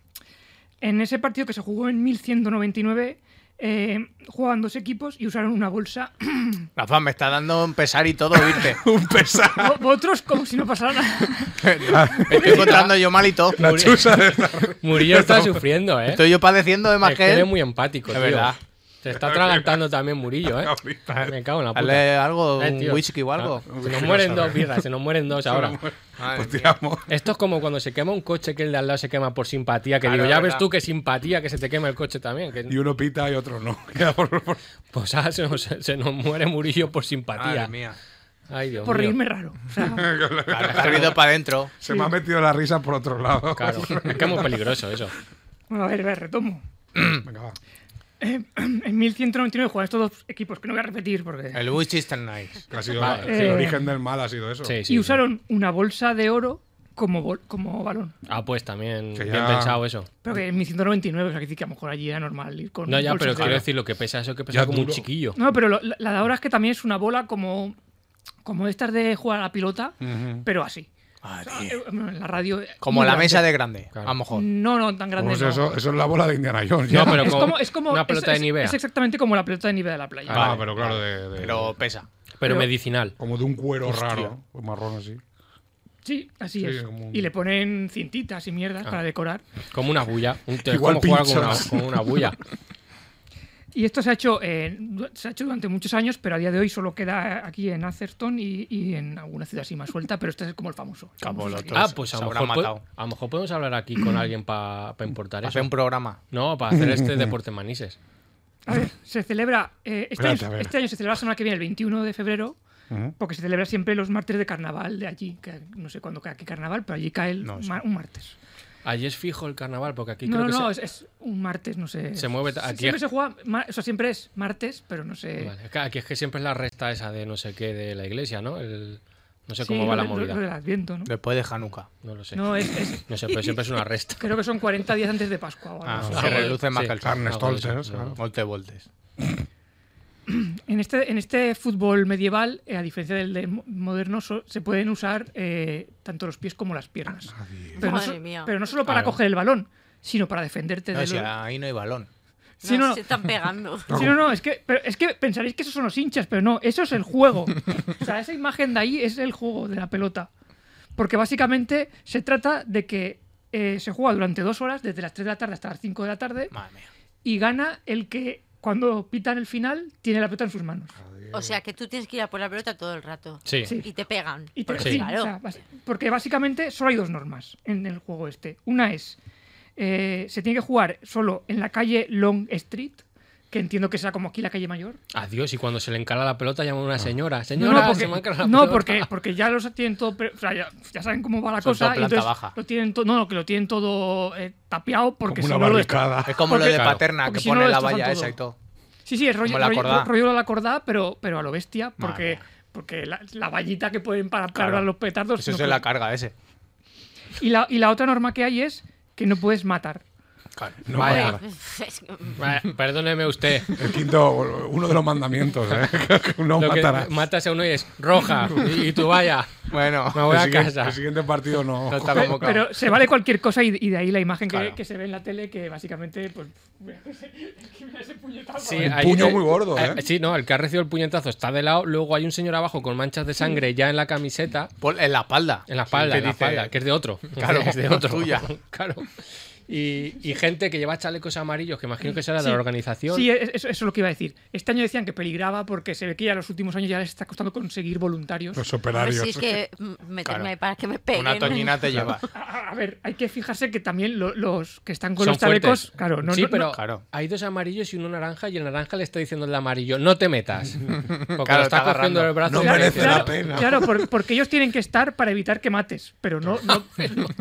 Speaker 6: en ese partido que se jugó en 1199 eh, jugaban dos equipos y usaron una bolsa.
Speaker 4: Rafa, me está dando un pesar y todo, ¿viste?
Speaker 2: Un pesar.
Speaker 6: Vo- Vosotros como si no pasara nada.
Speaker 4: Me estoy encontrando yo mal y todo.
Speaker 2: La chusa de la-
Speaker 3: Murillo está sufriendo, ¿eh?
Speaker 4: Estoy yo padeciendo de más
Speaker 3: Es que
Speaker 4: que
Speaker 3: eres
Speaker 4: él.
Speaker 3: muy empático,
Speaker 4: Es
Speaker 3: tío.
Speaker 4: verdad.
Speaker 3: Se está atragantando también Murillo, ¿eh? Me cago en la puta.
Speaker 4: Dale algo,
Speaker 3: Eh,
Speaker 4: un
Speaker 3: tío.
Speaker 4: whisky o algo.
Speaker 3: Ah, Se nos mueren dos birras, se nos mueren dos ahora.
Speaker 2: Pues tiramos.
Speaker 3: Esto es como cuando se quema un coche que el de al lado se quema por simpatía. Que
Speaker 4: Claro,
Speaker 3: digo, ya
Speaker 4: es
Speaker 3: ves
Speaker 4: verdad.
Speaker 3: tú que simpatía que se te quema el coche también. que-
Speaker 2: Y uno pita y otro no. Queda por- por-
Speaker 3: Pues ah, se, nos, se nos muere Murillo por simpatía.
Speaker 4: Madre mía.
Speaker 3: Ay, Dios
Speaker 6: Por
Speaker 3: mío.
Speaker 6: reírme raro. O sea,
Speaker 4: Claro, te has ido para adentro.
Speaker 2: Se me ha metido la risa por otro lado.
Speaker 3: Claro, es que es muy peligroso eso.
Speaker 6: bueno, a ver, a ver, retomo.
Speaker 2: Venga, va.
Speaker 6: En 1199 jugaban estos dos equipos que no voy a repetir porque...
Speaker 4: El whisky está nice.
Speaker 2: Que ha sido
Speaker 3: Vale,
Speaker 2: el
Speaker 6: sí.
Speaker 2: origen del mal ha sido eso.
Speaker 3: Sí, sí.
Speaker 6: y usaron una bolsa de oro como, bol- como balón.
Speaker 3: Ah, pues también.
Speaker 2: Que
Speaker 3: Bien
Speaker 2: ya-
Speaker 3: pensado eso.
Speaker 6: Pero que en 1199, o sea, que, sí que a lo mejor allí era normal ir con
Speaker 3: No, ya,
Speaker 6: bolsas
Speaker 3: pero
Speaker 6: de
Speaker 3: quiero
Speaker 6: oro.
Speaker 3: decir lo que pesa eso, que
Speaker 2: Ya
Speaker 3: pesa como un
Speaker 2: duro.
Speaker 3: chiquillo.
Speaker 6: No, pero lo- la, la de ahora es que también es una bola como, como estas de jugar a la pelota, pero así.
Speaker 4: Ah,
Speaker 6: Ah,
Speaker 4: tío.
Speaker 6: eh, bueno, en la radio. eh,
Speaker 4: Como
Speaker 6: muy
Speaker 4: la
Speaker 6: grande. Mm.
Speaker 4: mesa de grande,
Speaker 3: Claro.
Speaker 4: a lo mejor.
Speaker 6: No, no, tan grande.
Speaker 2: Pues
Speaker 6: no.
Speaker 2: eso, eso es la bola de Indiana Jones.
Speaker 3: No,
Speaker 2: ya.
Speaker 3: pero
Speaker 6: es
Speaker 3: como,
Speaker 6: como, es como-
Speaker 3: una
Speaker 6: es-
Speaker 3: pelota
Speaker 6: es-
Speaker 3: de Nivea,
Speaker 6: Es exactamente como la pelota de Nivea de la playa.
Speaker 2: Ah, pero claro, de, de-
Speaker 4: Pero pesa.
Speaker 3: pero
Speaker 6: pero-
Speaker 3: medicinal.
Speaker 2: como de un cuero raro, un marrón así.
Speaker 6: Sí, así
Speaker 2: Sí,
Speaker 6: es.
Speaker 2: como un-
Speaker 6: Y le ponen cintitas y mierdas para decorar.
Speaker 3: Como una bulla. Un te-
Speaker 2: Igual
Speaker 3: como jugar con una,
Speaker 2: pinchas.
Speaker 3: con una bulla.
Speaker 6: Y esto se ha hecho eh, du- se ha hecho durante muchos años, pero a día de hoy solo queda aquí en Atherton y, y en alguna ciudad así más suelta, pero este es como el famoso. el famoso
Speaker 4: Capoloto.
Speaker 6: aquí.
Speaker 3: Ah, pues a
Speaker 4: se
Speaker 3: lo
Speaker 4: habrán
Speaker 3: mejor, po-
Speaker 4: matado.
Speaker 3: a lo mejor podemos hablar aquí con alguien para importar
Speaker 4: Hace
Speaker 3: eso.
Speaker 4: un programa.
Speaker 3: No, para hacer este deporte manises.
Speaker 6: A ver, se celebra. eh, este,
Speaker 2: Espérate, a
Speaker 6: año,
Speaker 2: ver.
Speaker 6: este año se celebra la semana que viene, el 21 de febrero,
Speaker 2: Ujú.
Speaker 6: porque se celebra siempre los martes de carnaval de allí. Que no sé cuándo cae aquí carnaval, pero allí cae el
Speaker 4: No sé.
Speaker 6: ma- un martes.
Speaker 3: Allí es fijo el carnaval, porque aquí
Speaker 6: No,
Speaker 3: creo
Speaker 6: no,
Speaker 3: que
Speaker 6: no,
Speaker 3: se-
Speaker 6: es, es un martes, no sé.
Speaker 3: Se mueve ta-
Speaker 6: Sie-
Speaker 3: aquí-
Speaker 6: Siempre se juega. ma- O sea, siempre es martes, pero no sé.
Speaker 3: Vale, es que Aquí es que siempre es la resta esa de no sé qué de la iglesia, ¿no? El- No sé
Speaker 6: Sí,
Speaker 3: cómo va
Speaker 6: lo
Speaker 3: la
Speaker 6: de- lo-
Speaker 3: movida.
Speaker 6: lo del Adviento, ¿no?
Speaker 4: Después de Hanukkah.
Speaker 3: No lo sé.
Speaker 6: No, es, es-
Speaker 3: No sé, pero siempre es una resta.
Speaker 6: creo que son 40 días antes de Pascua. o algo
Speaker 4: Ah,
Speaker 6: así.
Speaker 4: se reluce más
Speaker 3: Sí.
Speaker 4: que el
Speaker 2: Carne
Speaker 3: Ah,
Speaker 2: Stolzer,
Speaker 3: bueno, sí,
Speaker 2: ¿eh? claro.
Speaker 4: Volte voltes.
Speaker 6: En este, en este fútbol medieval, eh, a diferencia del de mo- moderno, so- se pueden usar eh, tanto los pies como las piernas. Pero, no,
Speaker 5: Madre
Speaker 6: so-
Speaker 5: mía.
Speaker 6: pero no solo para
Speaker 3: Claro.
Speaker 6: coger el balón, sino para defenderte
Speaker 4: No,
Speaker 6: de
Speaker 4: si
Speaker 6: lo-
Speaker 4: ahí no hay balón.
Speaker 6: Sí,
Speaker 5: no,
Speaker 6: no, no.
Speaker 5: se están pegando.
Speaker 6: Sí, no, no, es que, pero es que pensaréis que esos son los hinchas, pero no, eso es el juego. O sea, esa imagen de ahí es el juego de la pelota. Porque básicamente se trata de que eh, se juega durante dos horas, desde las 3 de la tarde hasta las 5 de la tarde,
Speaker 4: Madre mía.
Speaker 6: y gana el que cuando pitan el final tiene la pelota en sus manos.
Speaker 5: O sea que tú tienes que ir a por la pelota todo el rato.
Speaker 3: Sí.
Speaker 6: Sí.
Speaker 5: Y te pegan.
Speaker 6: Y te-
Speaker 5: Pues
Speaker 6: sí,
Speaker 5: claro.
Speaker 6: o sea, bas- porque básicamente solo hay dos normas en el juego este. Una es, eh, se tiene que jugar solo en la calle Long Street, que entiendo que será como aquí la calle mayor.
Speaker 3: Adiós, y cuando se le encara la pelota llama a una señora.
Speaker 6: No,
Speaker 3: Señora,
Speaker 6: no, porque,
Speaker 3: se me ha encarado la
Speaker 6: no,
Speaker 3: pelota".
Speaker 6: porque, porque ya los tienen todo. pre- o sea, ya, ya saben cómo va la
Speaker 4: Son
Speaker 6: cosa.
Speaker 4: todo
Speaker 6: y
Speaker 4: planta
Speaker 6: entonces
Speaker 4: baja.
Speaker 6: Lo tienen to- no, no, que lo tienen todo eh, tapiado porque
Speaker 2: Como
Speaker 6: si
Speaker 2: una
Speaker 6: no lo.
Speaker 2: barricada.
Speaker 4: Es como
Speaker 6: Ah, Porque-
Speaker 4: lo de
Speaker 6: Claro.
Speaker 4: Paterna,
Speaker 6: porque
Speaker 4: que
Speaker 6: si no
Speaker 4: pone
Speaker 6: lo
Speaker 4: la
Speaker 6: destrozan
Speaker 4: valla
Speaker 6: todo.
Speaker 4: esa y todo.
Speaker 6: Sí, sí, es rollo,
Speaker 4: Como la
Speaker 6: rollo-
Speaker 4: cordá.
Speaker 6: rollo de la cordá, pero, pero a lo bestia,
Speaker 4: Madre
Speaker 6: porque,
Speaker 4: mía.
Speaker 6: porque la, la vallita que pueden para
Speaker 4: Claro.
Speaker 6: cargar los petardos.
Speaker 4: Eso
Speaker 6: Pues no
Speaker 4: es la
Speaker 6: pueden-
Speaker 4: carga ese.
Speaker 6: y, la, y la otra norma que hay es que no puedes matar.
Speaker 4: Claro.
Speaker 2: No
Speaker 3: Vaya.
Speaker 2: matar.
Speaker 5: pues, Es que-
Speaker 3: Vaya, Perdóneme usted.
Speaker 2: El quinto, uno de los mandamientos, ¿eh? Que no
Speaker 3: Lo que
Speaker 2: matarás.
Speaker 3: matas a uno y es roja. Y, y tú vaya.
Speaker 4: Bueno,
Speaker 3: Me voy a
Speaker 2: el, siguiente,
Speaker 3: casa.
Speaker 2: el siguiente partido no.
Speaker 4: no está
Speaker 6: Pe-
Speaker 4: convocado.
Speaker 6: Pero se vale cualquier cosa y, y de ahí la imagen que,
Speaker 4: Claro.
Speaker 6: que se ve en la tele que básicamente, pues, que mira ese puñetazo.
Speaker 3: Sí,
Speaker 6: ¿eh?
Speaker 3: hay-
Speaker 2: puño
Speaker 3: eh,
Speaker 2: muy gordo, ¿eh?
Speaker 3: Sí, no, el que ha recibido el puñetazo está de lado. Luego hay un señor abajo con manchas de sangre ya en la camiseta.
Speaker 4: Pon- en la espalda.
Speaker 3: En la espalda,
Speaker 4: Sí,
Speaker 3: en la
Speaker 4: dice,
Speaker 3: espalda, que es de otro.
Speaker 4: Claro,
Speaker 3: es de otro.
Speaker 4: tuya.
Speaker 3: Claro. Y, y gente que lleva chalecos amarillos, que imagino que será de
Speaker 6: Sí.
Speaker 3: la organización.
Speaker 6: Sí, es- eso, eso es lo que iba a decir. Este año decían que peligraba porque se ve que ya los últimos años ya les está costando conseguir voluntarios.
Speaker 3: Pues
Speaker 2: Los
Speaker 5: Hombre,
Speaker 2: operarios.
Speaker 5: si es que mm, meterme
Speaker 4: Claro.
Speaker 5: para que me peguen.
Speaker 6: ¿eh?
Speaker 4: Una toñina te lleva.
Speaker 6: A, a ver, hay que fijarse que también lo- los que están con
Speaker 3: Son
Speaker 6: los chalecos,
Speaker 3: fuertes.
Speaker 6: claro, no,
Speaker 3: sí,
Speaker 6: no-
Speaker 3: pero
Speaker 6: no-
Speaker 4: Claro.
Speaker 3: hay dos amarillos y uno naranja y el naranja le está diciendo el amarillo, no te metas. Porque
Speaker 4: Claro,
Speaker 3: lo está,
Speaker 4: está
Speaker 3: cogiendo
Speaker 4: agarrando.
Speaker 3: el brazo.
Speaker 2: No
Speaker 3: y le
Speaker 2: merece
Speaker 3: dice,
Speaker 2: la
Speaker 3: "No".
Speaker 2: pena. pena.
Speaker 6: Claro, por- porque ellos tienen que estar para evitar que mates, pero no, no-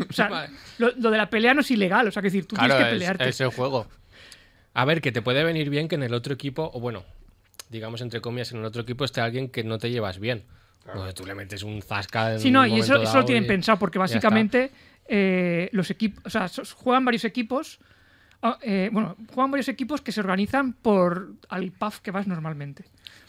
Speaker 6: o sea,
Speaker 3: Vale.
Speaker 6: lo, lo de la pelea no es ilegal, o sea, que decir, tú
Speaker 4: Claro,
Speaker 6: tienes que
Speaker 4: es,
Speaker 6: pelearte.
Speaker 4: es el juego.
Speaker 3: A ver, que te puede venir bien que en el otro equipo, o bueno, digamos entre comillas, en el otro equipo esté alguien que no te llevas bien. Porque tú le metes un zasca. en
Speaker 6: Sí, no,
Speaker 3: un
Speaker 6: y
Speaker 3: momento
Speaker 6: eso, eso
Speaker 3: dado
Speaker 6: lo tienen
Speaker 3: y-
Speaker 6: pensado, porque
Speaker 3: ya está.
Speaker 6: básicamente eh, los equipos, o sea, so- juegan varios equipos, ah, eh, bueno, juegan varios equipos que se organizan por al pub que vas normalmente.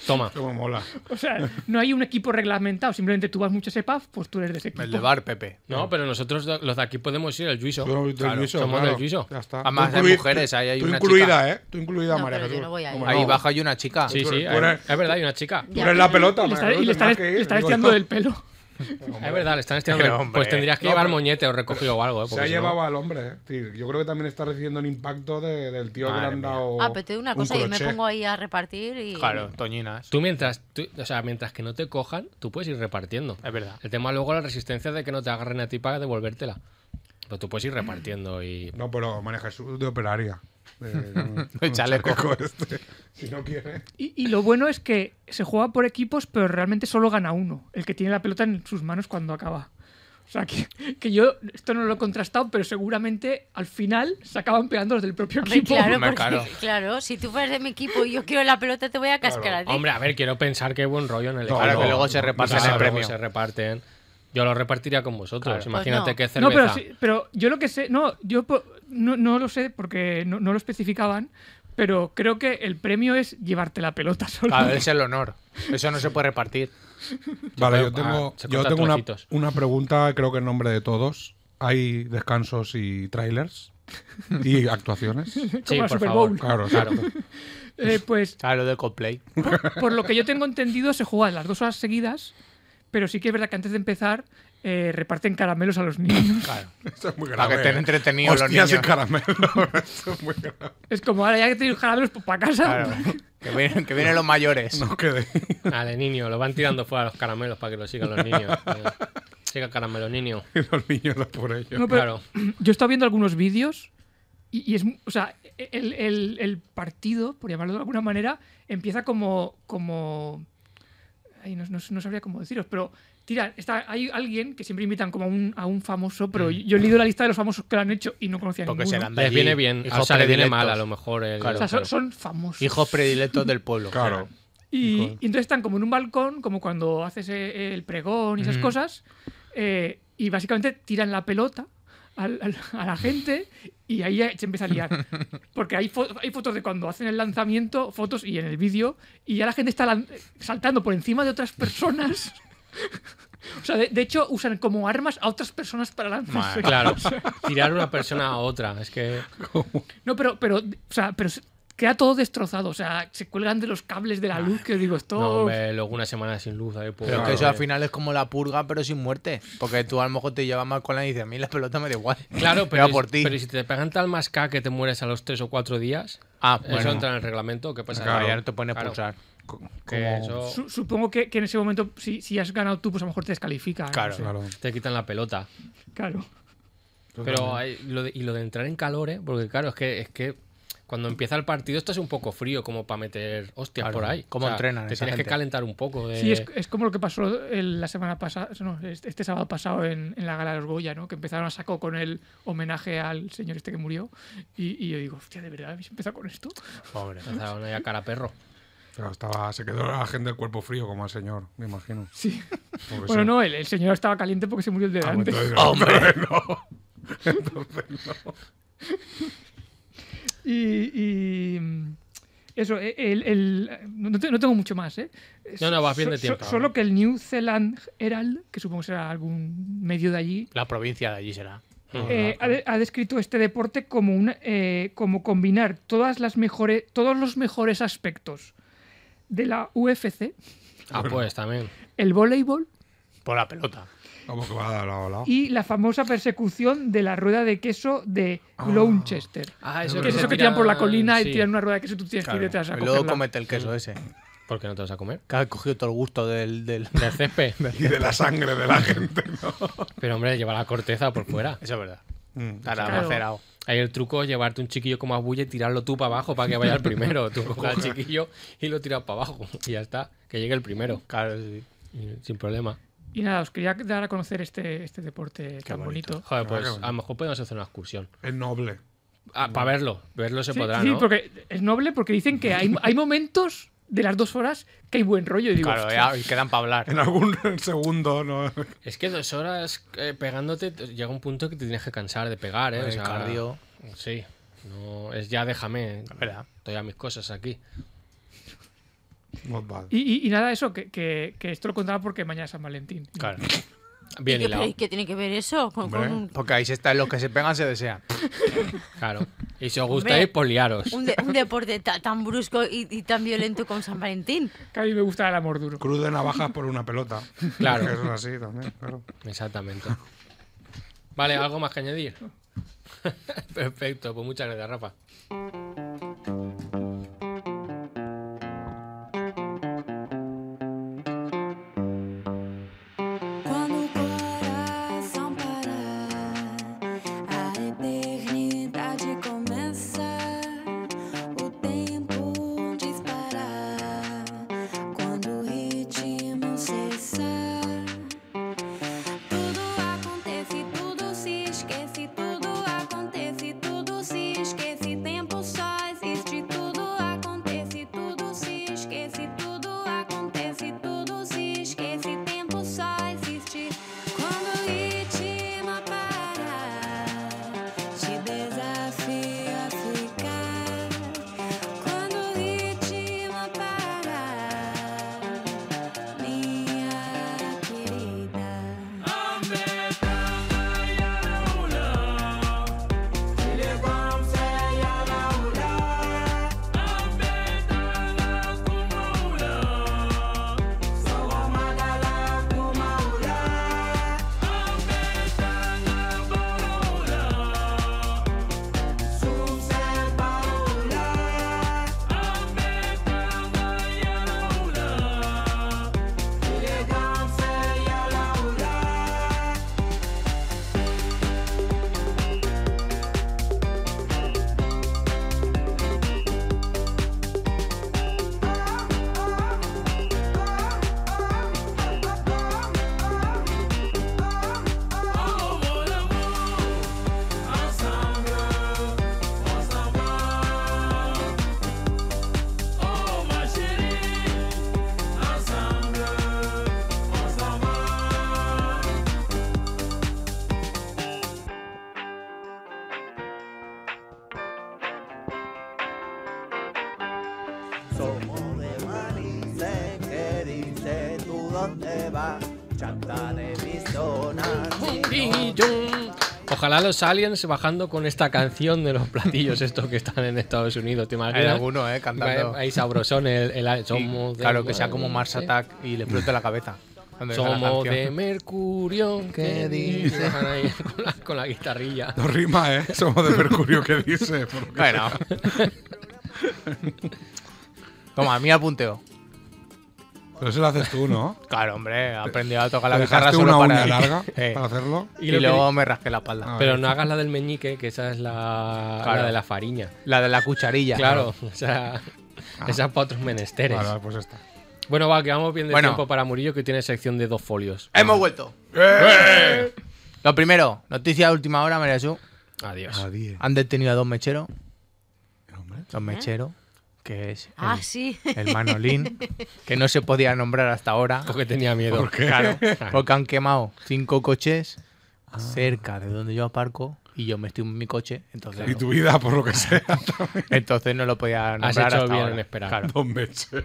Speaker 3: Toma.
Speaker 2: Cómo mola.
Speaker 6: O sea, no hay un equipo reglamentado, simplemente tú vas mucho a ese pub, pues tú eres de ese equipo.
Speaker 4: El de bar, Pepe.
Speaker 3: No, pero nosotros do- los de aquí podemos ir al juicio.
Speaker 2: Tú eres del
Speaker 4: Claro,
Speaker 2: Luiso,
Speaker 3: somos
Speaker 2: claro.
Speaker 3: del Luiso.
Speaker 2: Ya está.
Speaker 4: Además,
Speaker 2: Tú
Speaker 4: hay
Speaker 2: incluí-
Speaker 4: mujeres, ahí hay
Speaker 2: tú
Speaker 4: una
Speaker 2: incluida,
Speaker 4: chica.
Speaker 2: ¿eh? Tú incluida,
Speaker 5: No,
Speaker 2: María
Speaker 5: pero yo
Speaker 2: Jesús.
Speaker 5: no voy a ir.
Speaker 2: Hombre,
Speaker 4: Ahí
Speaker 2: no.
Speaker 4: baja hay una chica.
Speaker 3: Sí,
Speaker 2: Tú
Speaker 3: sí,
Speaker 2: eres- tú
Speaker 3: hay-
Speaker 2: eres-
Speaker 3: es verdad, hay una chica.
Speaker 2: Tú eres la pelota,
Speaker 6: Y le está,
Speaker 2: María
Speaker 6: y le
Speaker 2: Jesús,
Speaker 6: está,
Speaker 2: tendrás que ir,
Speaker 6: le está
Speaker 2: digo,
Speaker 6: estiando
Speaker 2: no.
Speaker 6: del pelo.
Speaker 3: Es verdad, le están estirando.
Speaker 4: Pero,
Speaker 3: el-
Speaker 4: hombre,
Speaker 3: Pues tendrías que
Speaker 2: no,
Speaker 3: llevar
Speaker 2: pero-
Speaker 3: moñete o recogido o algo, ¿eh?
Speaker 2: Se
Speaker 3: porque
Speaker 2: ha
Speaker 3: si no-
Speaker 2: llevado al hombre, ¿eh? Sí, Yo creo que también está recibiendo el impacto de- del tío que
Speaker 4: Madre
Speaker 2: le han
Speaker 4: mía.
Speaker 2: dado.
Speaker 5: Ah, pero te digo una
Speaker 2: un
Speaker 5: cosa, yo me
Speaker 2: crochet.
Speaker 5: pongo ahí a repartir y.
Speaker 4: Claro, toñinas.
Speaker 3: Tú mientras, tú- o sea, mientras que no te cojan, tú puedes ir repartiendo.
Speaker 4: Es verdad.
Speaker 3: El tema luego la resistencia de que no te agarren a ti para devolvértela. Pero tú puedes ir repartiendo y.
Speaker 2: No, pero María Jesús de operaria. De- con el
Speaker 4: chaleco.
Speaker 2: este. Si no quiere.
Speaker 6: Y, y lo bueno es que se juega por equipos, pero realmente solo gana uno, el que tiene la pelota en sus manos cuando acaba. O sea, que, que yo esto no lo he contrastado, pero seguramente al final se acaban pegando los del propio
Speaker 5: Hombre,
Speaker 6: equipo.
Speaker 5: claro,
Speaker 4: Hombre,
Speaker 5: porque-
Speaker 4: claro.
Speaker 5: claro. si tú fueras de mi equipo y yo quiero la pelota, te voy a cascar a ti.
Speaker 3: Hombre, a ver, quiero pensar qué buen rollo en el
Speaker 2: Claro,
Speaker 4: Ahora
Speaker 2: no,
Speaker 4: que luego se
Speaker 2: no,
Speaker 4: reparten
Speaker 3: Claro,
Speaker 4: el
Speaker 3: luego
Speaker 4: premio.
Speaker 3: se reparten. Yo lo repartiría con vosotros.
Speaker 4: Claro.
Speaker 3: Imagínate
Speaker 5: Pues no.
Speaker 3: qué cerveza.
Speaker 6: No, pero, sí- pero yo lo que sé, no, yo po- no, no lo sé porque no, no lo especificaban, pero creo que el premio es llevarte la pelota solo.
Speaker 4: Claro, es el honor. Eso no se puede repartir.
Speaker 2: Vale, yo
Speaker 3: Ah,
Speaker 2: tengo,
Speaker 3: se
Speaker 2: yo
Speaker 3: corta
Speaker 2: tengo una,
Speaker 3: trocitos.
Speaker 2: una pregunta, creo que en nombre de todos. ¿Hay descansos y trailers? ¿Y actuaciones?
Speaker 3: Sí,
Speaker 6: la
Speaker 3: por
Speaker 6: Super
Speaker 3: favor.
Speaker 6: Bowl.
Speaker 2: Claro,
Speaker 3: Claro.
Speaker 2: exacto.
Speaker 6: Eh, pues
Speaker 4: Claro, Ah, lo del cosplay.
Speaker 6: Por lo que yo tengo entendido, se juegan las dos horas seguidas, pero sí que es verdad que antes de empezar eh, reparten caramelos a los niños.
Speaker 4: Claro.
Speaker 2: Eso es muy
Speaker 4: Para que
Speaker 2: grave,
Speaker 4: estén
Speaker 2: ¿eh?
Speaker 4: entretenidos los
Speaker 2: Hostias
Speaker 4: niños.
Speaker 2: y caramelo. Eso es muy grave.
Speaker 6: Es como ahora ya que tenéis caramelos para casa.
Speaker 4: Claro. Que vienen, que vienen los mayores.
Speaker 2: No quedé.
Speaker 3: Vale, niño, lo van tirando fuera los caramelos para que lo sigan los niños. Venga. Siga caramelo, niño.
Speaker 2: Y los niños a por ello.
Speaker 6: No, pero
Speaker 3: Claro.
Speaker 6: Yo he estado viendo algunos vídeos y, y es. mu- O sea, el, el- el partido, por llamarlo de alguna manera, empieza como. como ay, no, no- no sabría cómo deciros, pero. Tira, está, hay alguien que siempre invitan como a un, a un famoso, pero yo he leído la lista de los famosos que lo han hecho y no conocía
Speaker 4: Porque
Speaker 6: ninguno.
Speaker 4: serán de
Speaker 3: Les
Speaker 4: allí,
Speaker 3: viene bien.
Speaker 4: hijos
Speaker 3: o sea, les viene
Speaker 4: predilectos.
Speaker 3: mal a lo mejor. el-
Speaker 6: O sea, son, son famosos.
Speaker 4: Hijos predilectos del pueblo.
Speaker 2: Claro.
Speaker 6: Y,
Speaker 4: Nicole.
Speaker 6: y entonces están como en un balcón, como cuando haces eh, el pregón y esas
Speaker 4: Ujú.
Speaker 6: cosas, eh, y básicamente tiran la pelota al- al- a la gente y ahí se empieza a liar. Porque hay, fo- hay fotos de cuando hacen el lanzamiento, fotos y en el vídeo, y ya la gente está lan- saltando por encima de otras personas. O sea, de, de hecho, usan como armas a otras personas para lanzarse.
Speaker 3: Claro, tirar una persona a otra. Es que.
Speaker 6: No, pero, pero, o sea, pero se- queda todo destrozado. O sea, se cuelgan de los cables de la luz, que digo, esto.
Speaker 3: Ah, No, hombre, luego una semana sin luz. ahí, pues,
Speaker 4: Pero que
Speaker 3: claro,
Speaker 4: eso al
Speaker 3: eh.
Speaker 4: final es como la purga, pero sin muerte. Porque tú a lo mejor te llevas más con la y dices, a mí la pelota me da igual.
Speaker 3: Claro,
Speaker 4: Me
Speaker 3: pero,
Speaker 4: va
Speaker 3: es-
Speaker 4: por ti.
Speaker 3: pero si te pegan tal masca que te mueres a los tres o cuatro días,
Speaker 4: Ah,
Speaker 3: eso
Speaker 4: bueno.
Speaker 3: entra en el reglamento. ¿Qué pasa?
Speaker 4: Claro, ya no te pones
Speaker 3: Claro,
Speaker 4: a pulsar.
Speaker 3: que eso-
Speaker 6: Su- supongo que, que en ese momento, si, si has ganado tú, pues a lo mejor te descalifican. no
Speaker 4: Claro.
Speaker 6: sé.
Speaker 2: Claro.
Speaker 3: te quitan la pelota.
Speaker 6: claro.
Speaker 3: Pero hay- lo de- y lo de entrar en calor, ¿eh? porque claro, es que, es que cuando empieza el partido estás un poco frío como para meter hostias
Speaker 4: Claro,
Speaker 3: por ahí.
Speaker 4: ¿cómo entrenan
Speaker 3: Te
Speaker 4: esa
Speaker 3: tienes
Speaker 4: gente?
Speaker 3: que calentar un poco.
Speaker 4: Eh,
Speaker 3: de-
Speaker 6: Sí, es, es como lo que pasó el- la semana pasada, no, este, este sábado pasado en, en la gala de los Goya, ¿no? Que empezaron a saco con el homenaje al señor este que murió. Y, y yo digo, hostia, ¿de verdad habéis empezado con esto?
Speaker 4: Pobre.
Speaker 3: Lanzaron ahí a cara a perro.
Speaker 2: Pero estaba, se quedó la gente del cuerpo frío, como al señor, me imagino.
Speaker 6: Sí.
Speaker 2: Porque
Speaker 3: Pues
Speaker 6: bueno,
Speaker 2: sí.
Speaker 6: no, el, el señor estaba caliente porque se murió el de
Speaker 2: Ah, bueno,
Speaker 6: delante.
Speaker 2: entonces-
Speaker 6: Y, y, mm, eso, eh, el, el- no, te- no tengo mucho más, ¿eh?
Speaker 3: No, no, vas bien de tiempo.
Speaker 6: solo que el New Zealand Herald, que supongo será algún medio de allí,
Speaker 4: La provincia de allí será.
Speaker 6: eh, ha, de- ha descrito este deporte como, una, eh, como combinar todas las mejores, todos los mejores aspectos de la UFC,
Speaker 3: Ah, pues también.
Speaker 6: el voleibol
Speaker 4: Por la pelota.
Speaker 2: Como que va de lado a lado.
Speaker 6: y la famosa persecución de la rueda de queso de Gloucester.
Speaker 3: Ah, eso
Speaker 6: que
Speaker 3: que
Speaker 6: es
Speaker 3: se
Speaker 6: eso que tiran por la
Speaker 3: tiran-
Speaker 6: colina
Speaker 3: sí.
Speaker 6: y tiran una rueda de queso y tú tienes que ir
Speaker 4: Claro.
Speaker 6: detrás a
Speaker 4: Y luego
Speaker 6: cogerla.
Speaker 4: comete el
Speaker 3: Mm.
Speaker 4: queso ese.
Speaker 3: ¿Por qué no te vas a comer?
Speaker 4: Que has cogido todo el gusto del. del-
Speaker 3: Del césped.
Speaker 2: Y de la sangre de la gente, ¿no?
Speaker 3: Pero hombre, lleva la corteza por fuera.
Speaker 4: Eso es verdad.
Speaker 2: Mm.
Speaker 4: Ahora
Speaker 6: Claro.
Speaker 4: macerado.
Speaker 3: Ahí el truco es llevarte un chiquillo como abulle y tirarlo tú para abajo para que vaya el primero. Tú coges al chiquillo y lo tiras para abajo. Y ya está, que llegue el primero.
Speaker 4: Claro, sí.
Speaker 3: Y Sin problema.
Speaker 6: Y nada, os quería dar a conocer este, este deporte tan bonito.
Speaker 4: bonito.
Speaker 3: Joder, pues
Speaker 2: Ah, qué bueno.
Speaker 3: a lo mejor podemos hacer una excursión.
Speaker 2: Es noble.
Speaker 3: para verlo. Verlo se
Speaker 6: Sí,
Speaker 3: podrá,
Speaker 6: sí,
Speaker 3: ¿no?
Speaker 6: porque es noble porque dicen que hay, hay momentos de las dos horas que hay buen rollo. Y digo,
Speaker 4: Claro, ya y quedan para hablar.
Speaker 2: En algún segundo, ¿no?
Speaker 3: Es que dos horas eh, pegándote t- llega un punto que te tienes que cansar de pegar, ¿eh?
Speaker 4: El
Speaker 3: O sea,
Speaker 4: cardio.
Speaker 3: Sí. No, es ya déjame.
Speaker 4: verdad.
Speaker 3: Estoy a mis cosas aquí.
Speaker 2: Not bad.
Speaker 6: Y, y- y nada, eso, que, que- que esto lo contaba porque mañana es San Valentín.
Speaker 4: Claro.
Speaker 3: Bien
Speaker 5: ¿Y qué,
Speaker 3: hilado.
Speaker 5: pero, ¿y qué tiene que ver eso? Con, con
Speaker 2: Hombre.
Speaker 5: un,
Speaker 4: Porque ahí se están los que se pegan, se desean.
Speaker 3: Claro. Y si os gustáis,
Speaker 5: Hombre.
Speaker 3: pues liaros.
Speaker 5: un de- un deporte ta- tan brusco y, y tan violento como San Valentín.
Speaker 6: Que a mí me gusta el amor duro.
Speaker 2: Cruz de navajas por una pelota.
Speaker 3: Claro.
Speaker 2: Que Eso es así también, claro.
Speaker 3: Exactamente. Vale, ¿algo más que añadir? Perfecto, pues muchas gracias, Rafa.
Speaker 7: Quando o coração parar, a eternidade começa. O tempo disparar. Quando o ritmo cessar, tudo acontece, tudo se esquece, tudo acontece, tudo se esquece. Tempo só
Speaker 1: Oh,
Speaker 8: dónde va, chantaré mis donas.
Speaker 3: Ojalá los aliens bajando con esta canción de los platillos estos que están en Estados Unidos, ¿te imaginas?
Speaker 4: Hay alguno, ¿eh? Cantando.
Speaker 3: Ahí sabrosón el, el- el-
Speaker 4: Y,
Speaker 3: somos de-
Speaker 4: claro, que sea como Mars Attack y le explote la cabeza. cuando llega la
Speaker 3: Somos
Speaker 4: canción.
Speaker 3: de Mercurio, que dice? Ahí con, la, con la guitarrilla.
Speaker 2: No rima, ¿eh? Somos de Mercurio, ¿qué dice? Por lo que
Speaker 4: Bueno. Toma, a mí apunteo.
Speaker 2: Pero eso lo haces tú, ¿no?
Speaker 4: Claro, hombre, he aprendido a tocar la
Speaker 2: ¿Te
Speaker 4: guitarra
Speaker 2: dejaste
Speaker 4: solo
Speaker 2: una
Speaker 4: para.
Speaker 2: uña larga
Speaker 4: Eh,
Speaker 2: para hacerlo?
Speaker 4: Y,
Speaker 3: Y lo que
Speaker 4: luego me rasqué la espalda.
Speaker 2: Ah.
Speaker 3: Pero no hagas la del meñique, que esa es la,
Speaker 4: Claro.
Speaker 3: la de la fariña.
Speaker 4: La de la cucharilla.
Speaker 3: Claro, o sea,
Speaker 4: Ah.
Speaker 3: esa es para otros menesteres.
Speaker 2: Vale, vale, pues está.
Speaker 3: Bueno, va, que vamos bien de
Speaker 4: Bueno.
Speaker 3: tiempo para Murillo, que tiene sección de dos folios.
Speaker 4: Hemos vuelto. Lo primero, noticia de última hora, María Jesús.
Speaker 3: Adiós.
Speaker 2: Nadie.
Speaker 4: Han detenido a dos mecheros. Dos mecheros, que es el,
Speaker 5: Ah, sí.
Speaker 4: el Manolín, que no se podía nombrar hasta ahora.
Speaker 3: Porque tenía miedo.
Speaker 4: Claro, porque han quemado cinco coches
Speaker 3: Ah.
Speaker 4: cerca de donde yo aparco y yo me estoy en mi coche, entonces,
Speaker 2: Y tu vida, por lo que sea.
Speaker 4: entonces no lo podía nombrar
Speaker 3: Has hecho
Speaker 4: hasta
Speaker 3: bien
Speaker 4: ahora.
Speaker 3: en esperar.
Speaker 4: Claro.
Speaker 2: Don Mechero.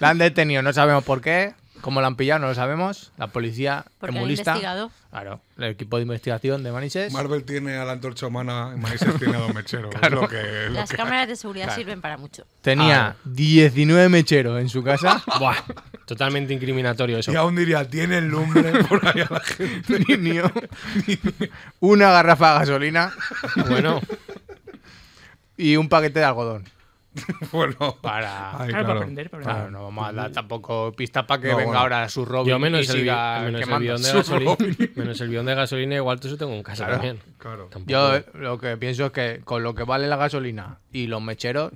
Speaker 4: La han detenido, no sabemos por qué, cómo la han pillado, no lo sabemos. La policía es
Speaker 5: Porque
Speaker 4: muy
Speaker 5: han
Speaker 4: lista.
Speaker 5: investigado.
Speaker 4: Claro, el equipo de investigación de Manises.
Speaker 2: Marvel tiene a la antorcha humana y Manises tiene a Don Mechero. Es lo que, es lo
Speaker 5: Las
Speaker 2: que-
Speaker 5: cámaras de seguridad sirven para mucho.
Speaker 4: Tenía
Speaker 3: Ah.
Speaker 4: 19 mecheros en su casa.
Speaker 3: Buah, totalmente incriminatorio eso.
Speaker 2: Y aún diría, tiene lumbre por ahí a la gente.
Speaker 4: ni- ni un- ni- una garrafa de gasolina
Speaker 3: Bueno,
Speaker 4: y un paquete de algodón.
Speaker 2: Bueno,
Speaker 4: Para.
Speaker 2: Ay,
Speaker 6: Claro, para
Speaker 2: claro.
Speaker 6: aprender, para aprender.
Speaker 4: Claro, no vamos a dar tampoco pistas para que
Speaker 2: No,
Speaker 4: venga
Speaker 2: bueno.
Speaker 4: ahora su Robin
Speaker 3: Mm. yo menos
Speaker 4: y
Speaker 3: el, bi-
Speaker 4: siga
Speaker 3: menos el
Speaker 4: quemando.
Speaker 3: bidón de
Speaker 2: Su
Speaker 3: gasolina.
Speaker 2: Robin.
Speaker 3: Menos el bidón de gasolina, igual tú eso tengo en casa
Speaker 4: Claro.
Speaker 3: también.
Speaker 2: Claro.
Speaker 3: Tampoco-
Speaker 4: Yo eh, lo que pienso es que con lo que vale la gasolina y los mecheros,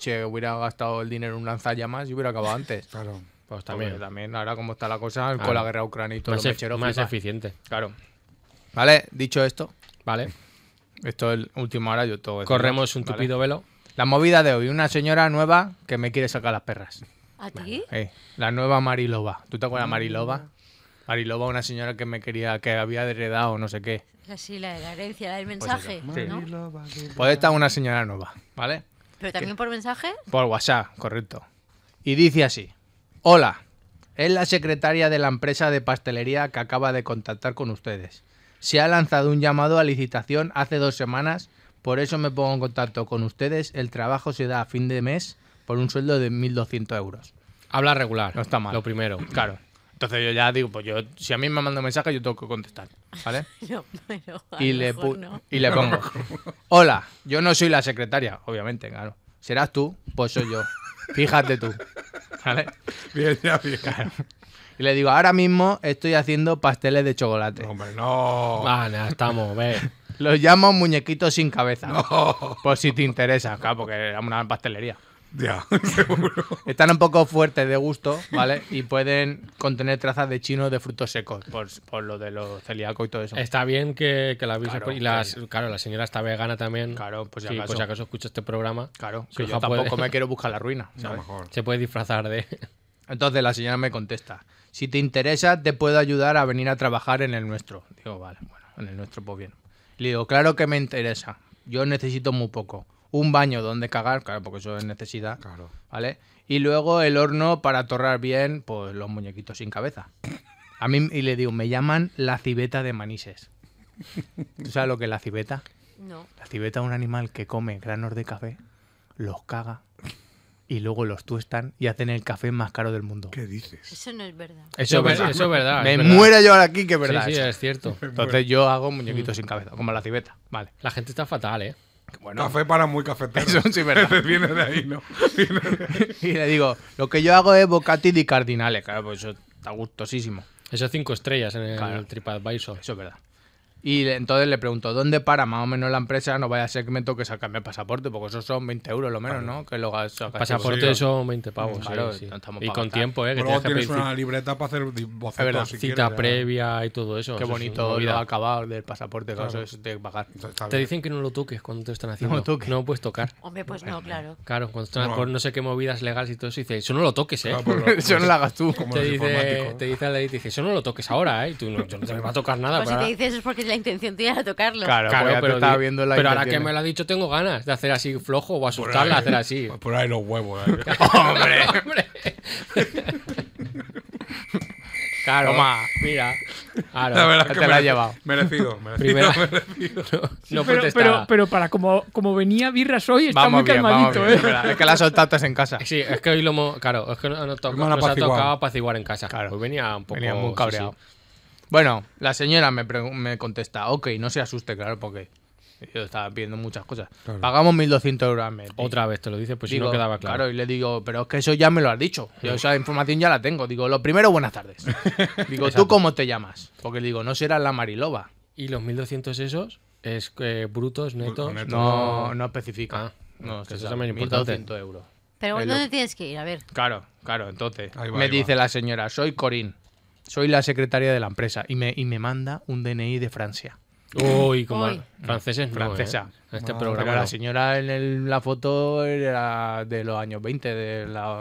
Speaker 4: se hubiera gastado el dinero en un lanzallamas y hubiera acabado antes.
Speaker 2: Claro.
Speaker 3: pues
Speaker 4: También.
Speaker 3: también.
Speaker 4: también ahora como está la cosa
Speaker 3: Claro.
Speaker 4: con la guerra ucrania y todo, Pues
Speaker 3: Más,
Speaker 4: los
Speaker 3: ef-
Speaker 4: mecheros
Speaker 3: más
Speaker 4: flipas.
Speaker 3: eficiente.
Speaker 4: Claro. Vale, dicho esto,
Speaker 3: Vale.
Speaker 4: esto es el último hora, yo todo decirlo.
Speaker 3: Corremos un
Speaker 4: Vale.
Speaker 3: tupido velo.
Speaker 4: La movida de hoy, una señora nueva que me quiere sacar las perras.
Speaker 5: ¿A ti?
Speaker 4: Eh, la nueva Marilova. ¿Tú te acuerdas de Marilova? Marilova, una señora que me quería, que había heredado no sé qué.
Speaker 5: Es así la, la herencia, el mensaje, ¿no?
Speaker 4: Pues esta es una señora nueva, ¿vale?
Speaker 5: Pero también por mensaje.
Speaker 4: Por WhatsApp, correcto. Y dice así: Hola, es la secretaria de la empresa de pastelería que acaba de contactar con ustedes. Se ha lanzado un llamado a licitación hace dos semanas, por eso me pongo en contacto con ustedes. El trabajo se da a fin de mes por un sueldo de 1.200 euros.
Speaker 3: Habla regular.
Speaker 4: No está mal.
Speaker 3: Lo primero.
Speaker 4: Claro. Entonces yo ya digo, pues yo, si a mí me manda un mensaje, yo tengo que contestar, ¿vale?
Speaker 5: No, pero a
Speaker 4: y
Speaker 5: lo
Speaker 4: le,
Speaker 5: mejor
Speaker 4: pu-
Speaker 5: no.
Speaker 4: y le pongo, hola, yo no soy la secretaria, obviamente, claro. ¿Serás tú? Pues soy yo. Fíjate tú. ¿Vale?
Speaker 2: Bien, ya, bien.
Speaker 4: Y le digo, ahora mismo estoy haciendo pasteles de chocolate.
Speaker 2: Hombre, no.
Speaker 3: Vale, ya Ah, estamos, ve.
Speaker 4: Los llamo muñequitos sin cabeza. Por si te interesa, claro, porque era una pastelería.
Speaker 2: Ya, seguro.
Speaker 4: Están un poco fuertes de gusto, ¿vale? Y pueden contener trazas de chino de frutos secos, por, por lo de los celíacos y todo eso.
Speaker 3: Está bien que, que la avises.
Speaker 4: Claro,
Speaker 3: por- y las, claro, la señora está vegana también.
Speaker 4: Claro, pues si
Speaker 3: Sí,
Speaker 4: acaso.
Speaker 3: pues si acaso escucha este programa,
Speaker 4: Claro,
Speaker 3: Su
Speaker 4: que yo
Speaker 3: hija puede-
Speaker 4: tampoco me quiero buscar la ruina.
Speaker 2: A lo
Speaker 4: ¿sabes?
Speaker 2: mejor.
Speaker 3: se puede disfrazar de.
Speaker 4: Entonces la señora me contesta, si te interesa te puedo ayudar a venir a trabajar en el nuestro. Digo, vale, bueno, en el nuestro pues bien. Le digo, claro que me interesa, yo necesito muy poco. Un baño donde cagar, claro, porque eso es necesidad,
Speaker 2: Claro.
Speaker 4: ¿vale? Y luego el horno para torrar bien, pues los muñequitos sin cabeza. A mí, y le digo, me llaman la civeta de manises. ¿Tú sabes lo que es la civeta?
Speaker 5: No.
Speaker 4: La civeta es un animal que come granos de café, los caga y luego los tuestan y hacen el café más caro del mundo.
Speaker 2: ¿Qué dices?
Speaker 5: Eso no es verdad.
Speaker 3: Eso es verdad. Eso es verdad.
Speaker 4: Me
Speaker 3: es verdad.
Speaker 4: muero yo ahora aquí, que es verdad.
Speaker 3: Sí, sí,
Speaker 4: eso.
Speaker 3: es cierto.
Speaker 4: Entonces yo hago muñequitos sin cabeza, como la civeta. Vale.
Speaker 3: La gente está fatal, ¿eh?
Speaker 4: Bueno,
Speaker 2: Café para muy cafetero.
Speaker 4: Eso sí es verdad.
Speaker 2: Viene de ahí, ¿no?
Speaker 4: y le digo, lo que yo hago es bocati y cardinales. Claro, pues eso está gustosísimo.
Speaker 3: Eso cinco estrellas en el
Speaker 4: Claro.
Speaker 3: TripAdvisor.
Speaker 4: Eso es verdad. Y le- entonces le pregunto, ¿dónde para más o menos la empresa? No vaya a ser que me toque sacarme el pasaporte, porque eso son 20 euros lo menos, ¿no? Que lo gas- sacas-
Speaker 3: Pasaporte
Speaker 2: sí,
Speaker 3: son 20 pavos. sí,
Speaker 4: Claro,
Speaker 3: sí.
Speaker 4: no estamos
Speaker 3: Y
Speaker 4: pa'
Speaker 3: con
Speaker 4: gastar.
Speaker 3: tiempo, ¿eh? Que
Speaker 2: Luego
Speaker 3: tienes que
Speaker 2: tienes
Speaker 3: pedir
Speaker 2: una
Speaker 3: cita-
Speaker 2: libreta para hacer di- bocetos.
Speaker 4: verdad,
Speaker 3: cita
Speaker 2: si quieres, ya.
Speaker 3: previa y todo eso. eso
Speaker 4: Qué
Speaker 3: es una
Speaker 4: bonito
Speaker 3: movida.
Speaker 4: lo acabado del pasaporte, claro, eso es de pagar.
Speaker 2: Está
Speaker 3: Te
Speaker 2: bien.
Speaker 3: dicen que no lo toques cuando te están haciendo.
Speaker 4: lo toques.
Speaker 3: No lo puedes tocar.
Speaker 5: Hombre, pues no, claro.
Speaker 3: Claro, cuando están
Speaker 2: No.
Speaker 3: por no sé qué movidas legales y todo eso, dice, eso no lo toques, ¿eh?
Speaker 2: Claro, por lo-
Speaker 4: Eso no lo hagas tú.
Speaker 2: como
Speaker 3: te,
Speaker 2: los
Speaker 3: dice,
Speaker 2: informáticos.
Speaker 3: te dice la ley, te dice, eso no lo toques ahora, ¿eh? Y tú, no, yo no te va a tocar nada.
Speaker 5: Pues si
Speaker 3: pero
Speaker 5: te
Speaker 3: ahora-
Speaker 5: dices eso es porque la intención tuya era tocarlo.
Speaker 4: Claro,
Speaker 3: Claro,
Speaker 4: pues ya te
Speaker 3: pero,
Speaker 4: estaba
Speaker 3: di-
Speaker 4: viendo la
Speaker 3: pero ahora que
Speaker 4: intención.
Speaker 3: me lo ha dicho, tengo ganas de hacer así flojo o asustarla,
Speaker 4: ¿eh?
Speaker 3: hacer
Speaker 2: Pues
Speaker 3: así.
Speaker 2: Por ahí los huevos. ¿eh?
Speaker 3: ¡Hombre!
Speaker 4: Claro, ma.
Speaker 3: Mira. Claro.
Speaker 2: La verdad es
Speaker 4: te
Speaker 2: que
Speaker 4: la has
Speaker 2: mereci-
Speaker 4: llevado.
Speaker 2: Merecido, merecido.
Speaker 3: Primera.
Speaker 6: Sí,
Speaker 3: No, no
Speaker 6: pero, pero,
Speaker 3: protestaba.
Speaker 6: pero para como, como venía Birras hoy, está
Speaker 4: Vamos
Speaker 6: muy
Speaker 4: bien, vamos
Speaker 6: calmadito,
Speaker 4: bien.
Speaker 6: ¿eh?
Speaker 4: Es que la has soltado todas en casa.
Speaker 3: Sí, es que hoy lo hemos. Claro, es que no- no toca-
Speaker 2: Hemos
Speaker 3: nos ha
Speaker 2: apaciguado.
Speaker 3: tocado apaciguar en casa.
Speaker 4: Claro.
Speaker 3: Hoy venía un poco.
Speaker 4: Venía muy
Speaker 3: sí,
Speaker 4: cabreado.
Speaker 3: sí.
Speaker 4: Bueno, la señora me, pregun- me contesta, ok, no se asuste, claro, porque yo estaba pidiendo muchas cosas.
Speaker 2: Claro.
Speaker 4: Pagamos 1.200 euros al mes.
Speaker 3: Otra vez te lo dices, pues si
Speaker 4: Digo,
Speaker 3: no quedaba claro.
Speaker 4: y le digo, pero es que eso ya me lo has dicho. Yo esa información ya la tengo. Digo, lo primero, buenas tardes. Digo, ¿tú cómo te llamas? Porque le digo, no será la Mariloba.
Speaker 3: ¿Y los 1200 esos? ¿Es eh, brutos, netos?
Speaker 2: netos.
Speaker 4: No, no especifica.
Speaker 3: Ah,
Speaker 4: no,
Speaker 3: que
Speaker 4: se
Speaker 3: eso
Speaker 4: sabe.
Speaker 3: también es importante.
Speaker 4: 1.200 euros. Es
Speaker 5: Pero bueno,
Speaker 4: lo-
Speaker 5: ¿dónde tienes que ir? A ver.
Speaker 4: Claro, claro, entonces.
Speaker 2: Ahí va,
Speaker 4: me
Speaker 2: ahí va.
Speaker 4: dice la señora, soy Corín. Soy la secretaria de la empresa. Y me, y me manda un DNI de Francia.
Speaker 3: Uy, como
Speaker 5: Uy.
Speaker 3: franceses no,
Speaker 4: Francesa.
Speaker 3: ¿eh? En Este
Speaker 2: Ah,
Speaker 4: Pero
Speaker 3: programa.
Speaker 4: la
Speaker 3: no.
Speaker 4: señora en el- la foto era de los años 20, de la,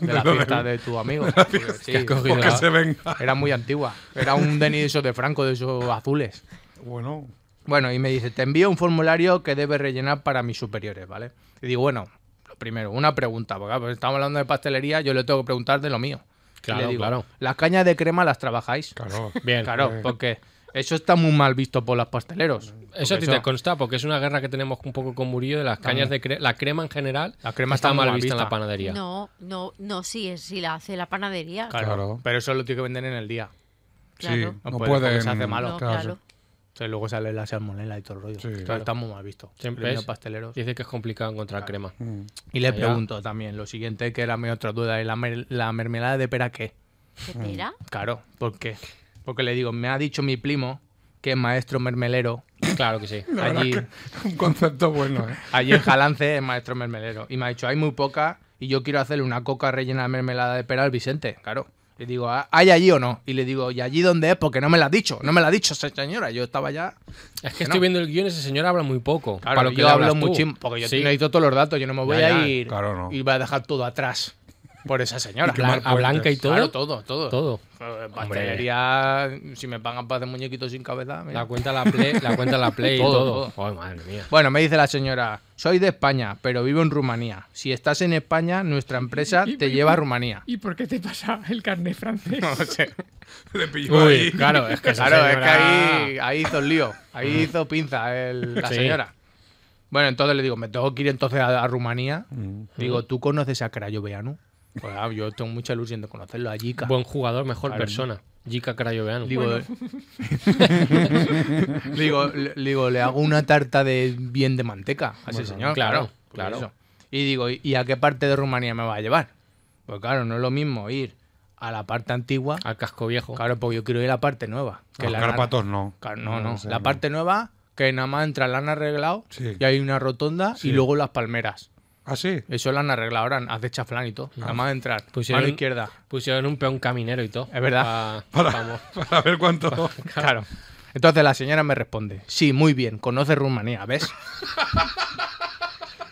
Speaker 4: de la
Speaker 2: De lo
Speaker 4: fiesta
Speaker 2: de-
Speaker 4: de tu amigo. Porque, sí,
Speaker 3: que has cogido.
Speaker 2: Porque
Speaker 3: Mira.
Speaker 2: se venga.
Speaker 4: era muy antigua. Era un Denis de esos de Franco, de esos azules.
Speaker 2: Bueno,
Speaker 4: Bueno, y me dice, te envío un formulario que debes rellenar para mis superiores, ¿vale? Y digo, bueno, lo primero, una pregunta, porque claro, estamos hablando de pastelería, yo le tengo que preguntar de lo mío. Y
Speaker 3: Claro,
Speaker 4: le digo,
Speaker 3: claro.
Speaker 4: ¿Las cañas de crema las trabajáis?
Speaker 2: claro.
Speaker 3: Bien.
Speaker 4: Claro, porque eso está muy mal visto por los pasteleros.
Speaker 3: Eso a ti
Speaker 4: Porque
Speaker 3: te consta, porque es una guerra que tenemos un poco con Murillo de las cañas de cre- la crema en general.
Speaker 4: La crema
Speaker 3: está,
Speaker 4: está muy
Speaker 3: mal
Speaker 4: mal
Speaker 3: vista en
Speaker 4: vista.
Speaker 3: la panadería.
Speaker 5: No, no, no, sí, es si la hace la panadería.
Speaker 4: claro,
Speaker 2: Claro.
Speaker 4: pero eso lo tiene que vender en el día.
Speaker 5: Claro.
Speaker 2: Sí,
Speaker 4: No
Speaker 2: no,
Speaker 4: puede, porque
Speaker 2: pueden.
Speaker 4: se hace malo.
Speaker 5: No, claro.
Speaker 4: Entonces luego sale la salmonela y todo el rollo.
Speaker 2: Sí.
Speaker 4: Entonces
Speaker 2: Claro.
Speaker 4: está muy mal visto.
Speaker 3: Siempre
Speaker 4: Premio
Speaker 3: es-
Speaker 4: pasteleros.
Speaker 3: Dice que es complicado encontrar crema.
Speaker 2: Mm.
Speaker 4: Y le
Speaker 3: Allá.
Speaker 4: pregunto también lo siguiente, que era mi otra duda, ¿y la, mer- la mermelada de pera qué?
Speaker 5: ¿Qué
Speaker 4: Mm.
Speaker 5: pera?
Speaker 4: Claro, ¿por qué? Porque le digo, me ha dicho mi primo, que es maestro mermelero,
Speaker 3: Claro que sí.
Speaker 2: La verdad
Speaker 4: allí,
Speaker 2: es que un concepto bueno, ¿eh?
Speaker 4: allí en Jalance es maestro mermelero, y me ha dicho, hay muy poca, y yo quiero hacerle una coca rellena de mermelada de pera al Vicente, claro. Le digo, "¿Ah, ¿hay allí o no? Y le digo, ¿y allí dónde es? Porque no me la has dicho, no me la ha dicho se- señora, yo estaba ya...
Speaker 3: Es que
Speaker 4: no.
Speaker 3: estoy viendo el guión, ese señor habla muy poco.
Speaker 4: Claro,
Speaker 3: para lo que
Speaker 4: yo
Speaker 3: le
Speaker 4: hablo
Speaker 3: hablas tú.
Speaker 4: muchísimo, porque yo
Speaker 3: Sí.
Speaker 4: necesito todos los datos, yo no me voy
Speaker 3: Ya,
Speaker 4: a
Speaker 3: ya,
Speaker 4: ir
Speaker 2: claro, no.
Speaker 4: y voy a dejar todo atrás por esa señora.
Speaker 3: Y que Blan- a Blanca y todo.
Speaker 4: Claro, todo, todo.
Speaker 3: Todo.
Speaker 4: Eh, Pastelería, si me pagan para hacer muñequitos sin cabeza. mira.
Speaker 3: La cuenta la play, la cuenta la play y
Speaker 4: Todo,
Speaker 3: todo.
Speaker 4: todo.
Speaker 3: Ay, madre mía.
Speaker 4: Bueno, me dice la señora, soy de España, pero vivo en Rumanía. Si estás en España, nuestra empresa
Speaker 6: Y-
Speaker 4: te
Speaker 6: y-
Speaker 4: lleva a Rumanía.
Speaker 6: ¿Y por qué te pasa el carnet francés?
Speaker 2: Le pilló
Speaker 3: Uy,
Speaker 2: ahí.
Speaker 3: claro, es que esa
Speaker 4: Claro, es que
Speaker 3: señora-
Speaker 4: ahí, ahí hizo el lío, ahí hizo pinza el- la
Speaker 3: Sí.
Speaker 4: señora. Bueno, entonces le digo, me tengo que ir entonces a, a Rumanía.
Speaker 2: Mm.
Speaker 4: Digo, ¿tú conoces a Crayoveanu? Pues ah, yo tengo mucha ilusión de conocerlo, a Yika.
Speaker 3: Buen jugador, mejor persona. Jica Crayoveanu.
Speaker 4: Digo, le digo, le, le digo, le hago una tarta de bien de manteca a ese señor.
Speaker 3: claro,
Speaker 4: por
Speaker 3: claro.
Speaker 4: eso. Y digo, ¿y y a qué parte de Rumanía me va a llevar? Pues claro, no es lo mismo ir a la parte antigua.
Speaker 3: al casco viejo.
Speaker 4: Claro, porque yo quiero ir a la parte nueva. Que
Speaker 2: Los
Speaker 4: la
Speaker 2: Cárpatos no.
Speaker 4: Claro, No, no.
Speaker 2: sé,
Speaker 4: la parte nueva, que nada más entra, la han arreglado
Speaker 2: Sí.
Speaker 4: y hay una rotonda
Speaker 2: Sí.
Speaker 4: y luego las palmeras.
Speaker 2: ¿Ah, sí?
Speaker 4: Eso la han arreglado ahora, hace chaflán y
Speaker 2: Ah.
Speaker 4: todo. Nada más entrar.
Speaker 3: Pusieron-
Speaker 4: Mano izquierda.
Speaker 3: Pusieron un peón caminero y todo.
Speaker 4: Es verdad.
Speaker 3: Pa-
Speaker 2: Para,
Speaker 3: vamos.
Speaker 2: para ver cuánto.
Speaker 4: Claro. Entonces la señora me responde, sí, muy bien, conoce Rumanía, ¿ves?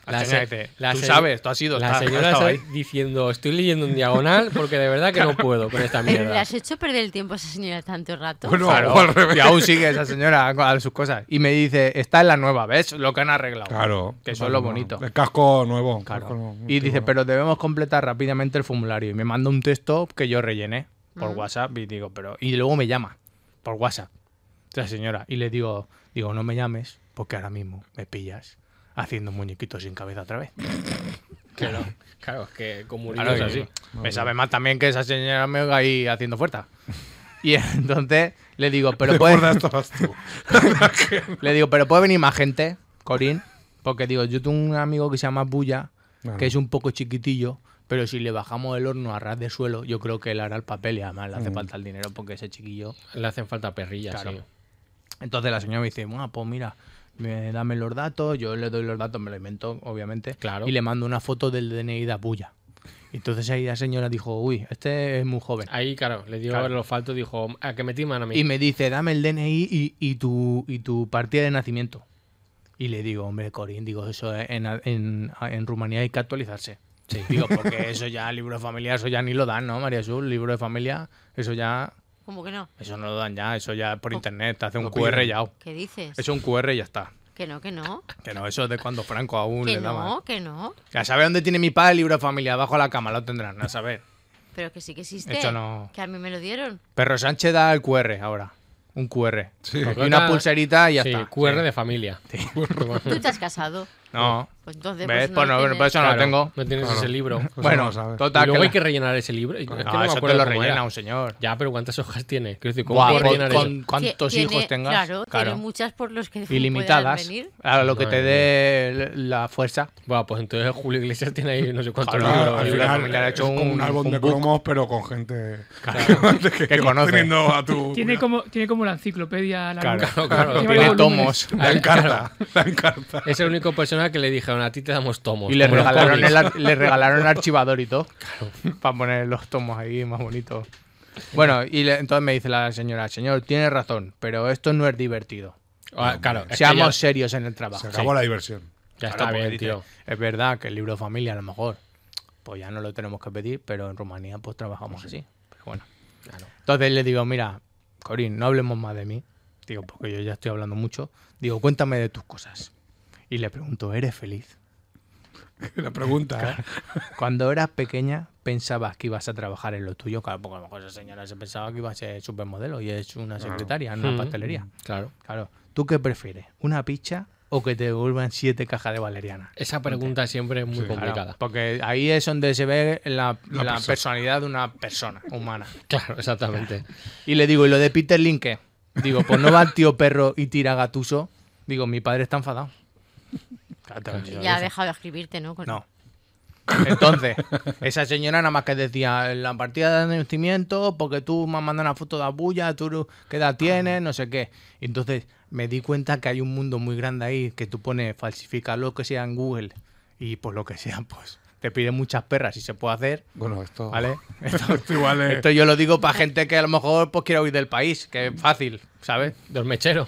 Speaker 4: La,
Speaker 3: La
Speaker 4: señora
Speaker 3: se-
Speaker 4: dice,
Speaker 3: la
Speaker 4: este, tú
Speaker 3: se-
Speaker 4: sabes, tú has ido.
Speaker 3: La
Speaker 4: está-
Speaker 3: señora
Speaker 4: estaba
Speaker 3: está
Speaker 4: ahí".
Speaker 3: diciendo, estoy leyendo en diagonal porque de verdad que no puedo con esta
Speaker 5: Pero le
Speaker 3: mierda.
Speaker 5: has hecho perder el tiempo a esa señora tanto rato.
Speaker 2: Bueno,
Speaker 4: Claro.
Speaker 2: o al revés.
Speaker 4: Y aún sigue esa señora a sus cosas. Y me dice, está en la nueva, ¿ves? Lo que han arreglado.
Speaker 2: Claro.
Speaker 4: Que eso es lo
Speaker 2: Bueno,
Speaker 4: bonito.
Speaker 2: El casco nuevo.
Speaker 4: Claro.
Speaker 2: casco nuevo,
Speaker 4: Y dice,
Speaker 2: seguro.
Speaker 4: pero debemos completar rápidamente el formulario. Y me manda un texto que yo rellené por WhatsApp y digo, pero. Y luego me llama por WhatsApp. La señora. Y le digo, digo, no me llames, porque ahora mismo me pillas haciendo muñequitos sin cabeza otra vez.
Speaker 3: Claro, claro, es que con Murillo
Speaker 4: Claro,
Speaker 3: es
Speaker 4: y-
Speaker 3: así.
Speaker 4: Me sabe más también que esa señora me oiga ahí haciendo fuerza. Y entonces le digo, pero
Speaker 2: Te
Speaker 4: puedes,
Speaker 2: guardas todas tú.
Speaker 4: le digo, pero puede venir más gente, Corín, porque digo, yo tengo un amigo que se llama Bulla,
Speaker 2: Claro.
Speaker 4: que es un poco chiquitillo, pero si le bajamos el horno a ras de suelo, yo creo que él hará el papel y además le hace falta el dinero porque ese chiquillo.
Speaker 3: Le hacen falta perrillas,
Speaker 4: Claro.
Speaker 3: sí.
Speaker 4: Entonces la señora me dice, bueno, pues mira, me- dame los datos, yo le doy los datos, me lo invento, obviamente,
Speaker 3: Claro.
Speaker 4: y le mando una foto del DNI de Bulla. Entonces ahí la señora dijo, uy, este es muy joven.
Speaker 3: Ahí, claro, le dio
Speaker 4: Claro.
Speaker 3: lo falto y dijo, a que me timan a mí.
Speaker 4: Y me dice, dame el DNI y, y tu, y tu partida de nacimiento. Y le digo, hombre, Corín, digo, eso en, en- en Rumanía hay que actualizarse. Digo, porque eso ya, libro de familia, eso ya ni lo dan, ¿no, María Sul? Libro de familia, eso ya,
Speaker 5: ¿Cómo que no?
Speaker 4: eso no lo dan ya, eso ya por internet, te hace un
Speaker 2: Lo
Speaker 4: QR
Speaker 2: piden.
Speaker 4: ya. oh.
Speaker 5: ¿Qué dices?
Speaker 4: Es un QR y ya está.
Speaker 5: Que no, que no.
Speaker 4: Que no, eso es de cuando Franco aún
Speaker 5: Que
Speaker 4: le daba.
Speaker 5: no, que no.
Speaker 4: Ya sabe dónde tiene mi padre el libro de familia, abajo a la cama lo tendrán, a saber.
Speaker 5: pero que sí que existe.
Speaker 4: Hecho, no.
Speaker 5: Que a mí me lo dieron.
Speaker 4: Perro Sánchez da el QR ahora. Un QR.
Speaker 2: Sí.
Speaker 4: Y una pulserita y ya
Speaker 3: Sí,
Speaker 4: está.
Speaker 3: QR de familia.
Speaker 5: Tú te has casado.
Speaker 4: No.
Speaker 5: Pues entonces.
Speaker 4: ¿Ves?
Speaker 5: Pues, no
Speaker 4: Pues no,
Speaker 5: tienes-
Speaker 4: por eso no lo
Speaker 3: Claro,
Speaker 4: tengo.
Speaker 3: No tienes
Speaker 2: Claro.
Speaker 3: ese libro.
Speaker 2: Pues no
Speaker 4: Bueno,
Speaker 2: lo sabes.
Speaker 3: Y
Speaker 4: total.
Speaker 3: luego
Speaker 4: que
Speaker 3: hay
Speaker 4: la-
Speaker 3: que rellenar ese libro. Es que
Speaker 4: No,
Speaker 3: no me
Speaker 4: eso te
Speaker 3: acuerdo
Speaker 4: lo
Speaker 3: cómo
Speaker 4: rellena
Speaker 3: era.
Speaker 4: un señor.
Speaker 3: Ya, pero ¿cuántas hojas tiene? Quiero decir, ¿cómo
Speaker 4: Buah,
Speaker 3: puedo
Speaker 4: con-
Speaker 3: rellenar eso?
Speaker 4: con cuántos
Speaker 5: Tiene-
Speaker 4: hijos tengas.
Speaker 5: Claro,
Speaker 4: claro.
Speaker 5: tiene muchas por los que
Speaker 4: Ilimitadas.
Speaker 5: puedan venir.
Speaker 4: A lo que
Speaker 3: Madre
Speaker 4: te dé la fuerza.
Speaker 3: Buah, pues entonces Julio Iglesias tiene ahí no sé cuántos
Speaker 4: Claro,
Speaker 3: libros.
Speaker 2: al
Speaker 4: libro
Speaker 3: libros.
Speaker 2: final
Speaker 4: familiar ha hecho
Speaker 2: es como
Speaker 4: un-
Speaker 2: un álbum
Speaker 4: un
Speaker 2: de
Speaker 4: book.
Speaker 2: cromos, pero con gente que, que vas
Speaker 4: conoce.
Speaker 2: teniendo a tu...
Speaker 6: Tiene como, tiene como la enciclopedia. La
Speaker 4: Claro,
Speaker 6: nuca.
Speaker 3: claro,
Speaker 6: Lleva
Speaker 4: Tiene
Speaker 6: volúmenes.
Speaker 4: tomos.
Speaker 2: La encarta, la encarta.
Speaker 3: Es el único personaje que le dijeron a ti te damos tomos.
Speaker 4: Y le
Speaker 3: como los
Speaker 4: regalaron,
Speaker 3: cómics.
Speaker 4: el, ar- le regalaron archivador y todo. Para poner los tomos ahí más bonitos. Bueno, y le- entonces me dice la señora, señor, tiene razón, pero esto no es divertido.
Speaker 3: Ah, claro, es que ya,
Speaker 4: Seamos serios en el trabajo.
Speaker 2: Se acabó la diversión.
Speaker 3: ya está
Speaker 4: Claro, porque
Speaker 3: bien,
Speaker 4: dice,
Speaker 3: tío.
Speaker 4: Es verdad que el libro de familia a lo mejor, pues ya no lo tenemos que pedir, pero en Rumanía pues trabajamos así. Pero bueno. Entonces le digo, mira, Corín, no hablemos más de mí. Digo, porque yo ya estoy hablando mucho. Digo, cuéntame de tus cosas. Y le pregunto, ¿eres feliz?
Speaker 2: La pregunta, ¿eh?
Speaker 4: Cuando eras pequeña, ¿pensabas que ibas a trabajar en lo tuyo? Claro, porque a lo mejor esa señora se pensaba que iba a ser supermodelo y es una secretaria en una
Speaker 3: Mm.
Speaker 4: pastelería.
Speaker 3: Claro.
Speaker 4: Claro. ¿Tú qué prefieres? ¿Una pizza o que te devuelvan siete cajas de valeriana?
Speaker 3: Esa pregunta siempre es muy
Speaker 2: Sí.
Speaker 4: Claro,
Speaker 3: complicada.
Speaker 4: porque ahí es donde se ve la,
Speaker 2: La
Speaker 4: la
Speaker 2: persona.
Speaker 4: personalidad de una persona humana.
Speaker 3: Claro, exactamente.
Speaker 4: Y le digo, ¿y lo de Peter Link qué? Digo, pues no va el tío perro y tira gatuso. Digo, mi padre está enfadado. Claro, te lo
Speaker 5: Y
Speaker 4: digo,
Speaker 5: ya ha
Speaker 4: dice.
Speaker 5: dejado de escribirte, ¿no? Con-
Speaker 4: No. Entonces, esa señora nada más que decía, la partida de nacimiento, porque tú me has mandado una foto de la bulla, tú qué edad tienes, no sé qué. Y entonces me di cuenta que hay un mundo muy grande ahí que tú pones, falsifica lo que sea en Google y por lo que sea, pues te piden muchas perras y se puede hacer,
Speaker 2: Bueno, esto...
Speaker 4: ¿vale? Esto,
Speaker 2: Esto igual es...
Speaker 4: esto yo lo digo para gente que a lo mejor pues quiere huir del país, que es fácil, ¿sabes?
Speaker 3: Del mechero,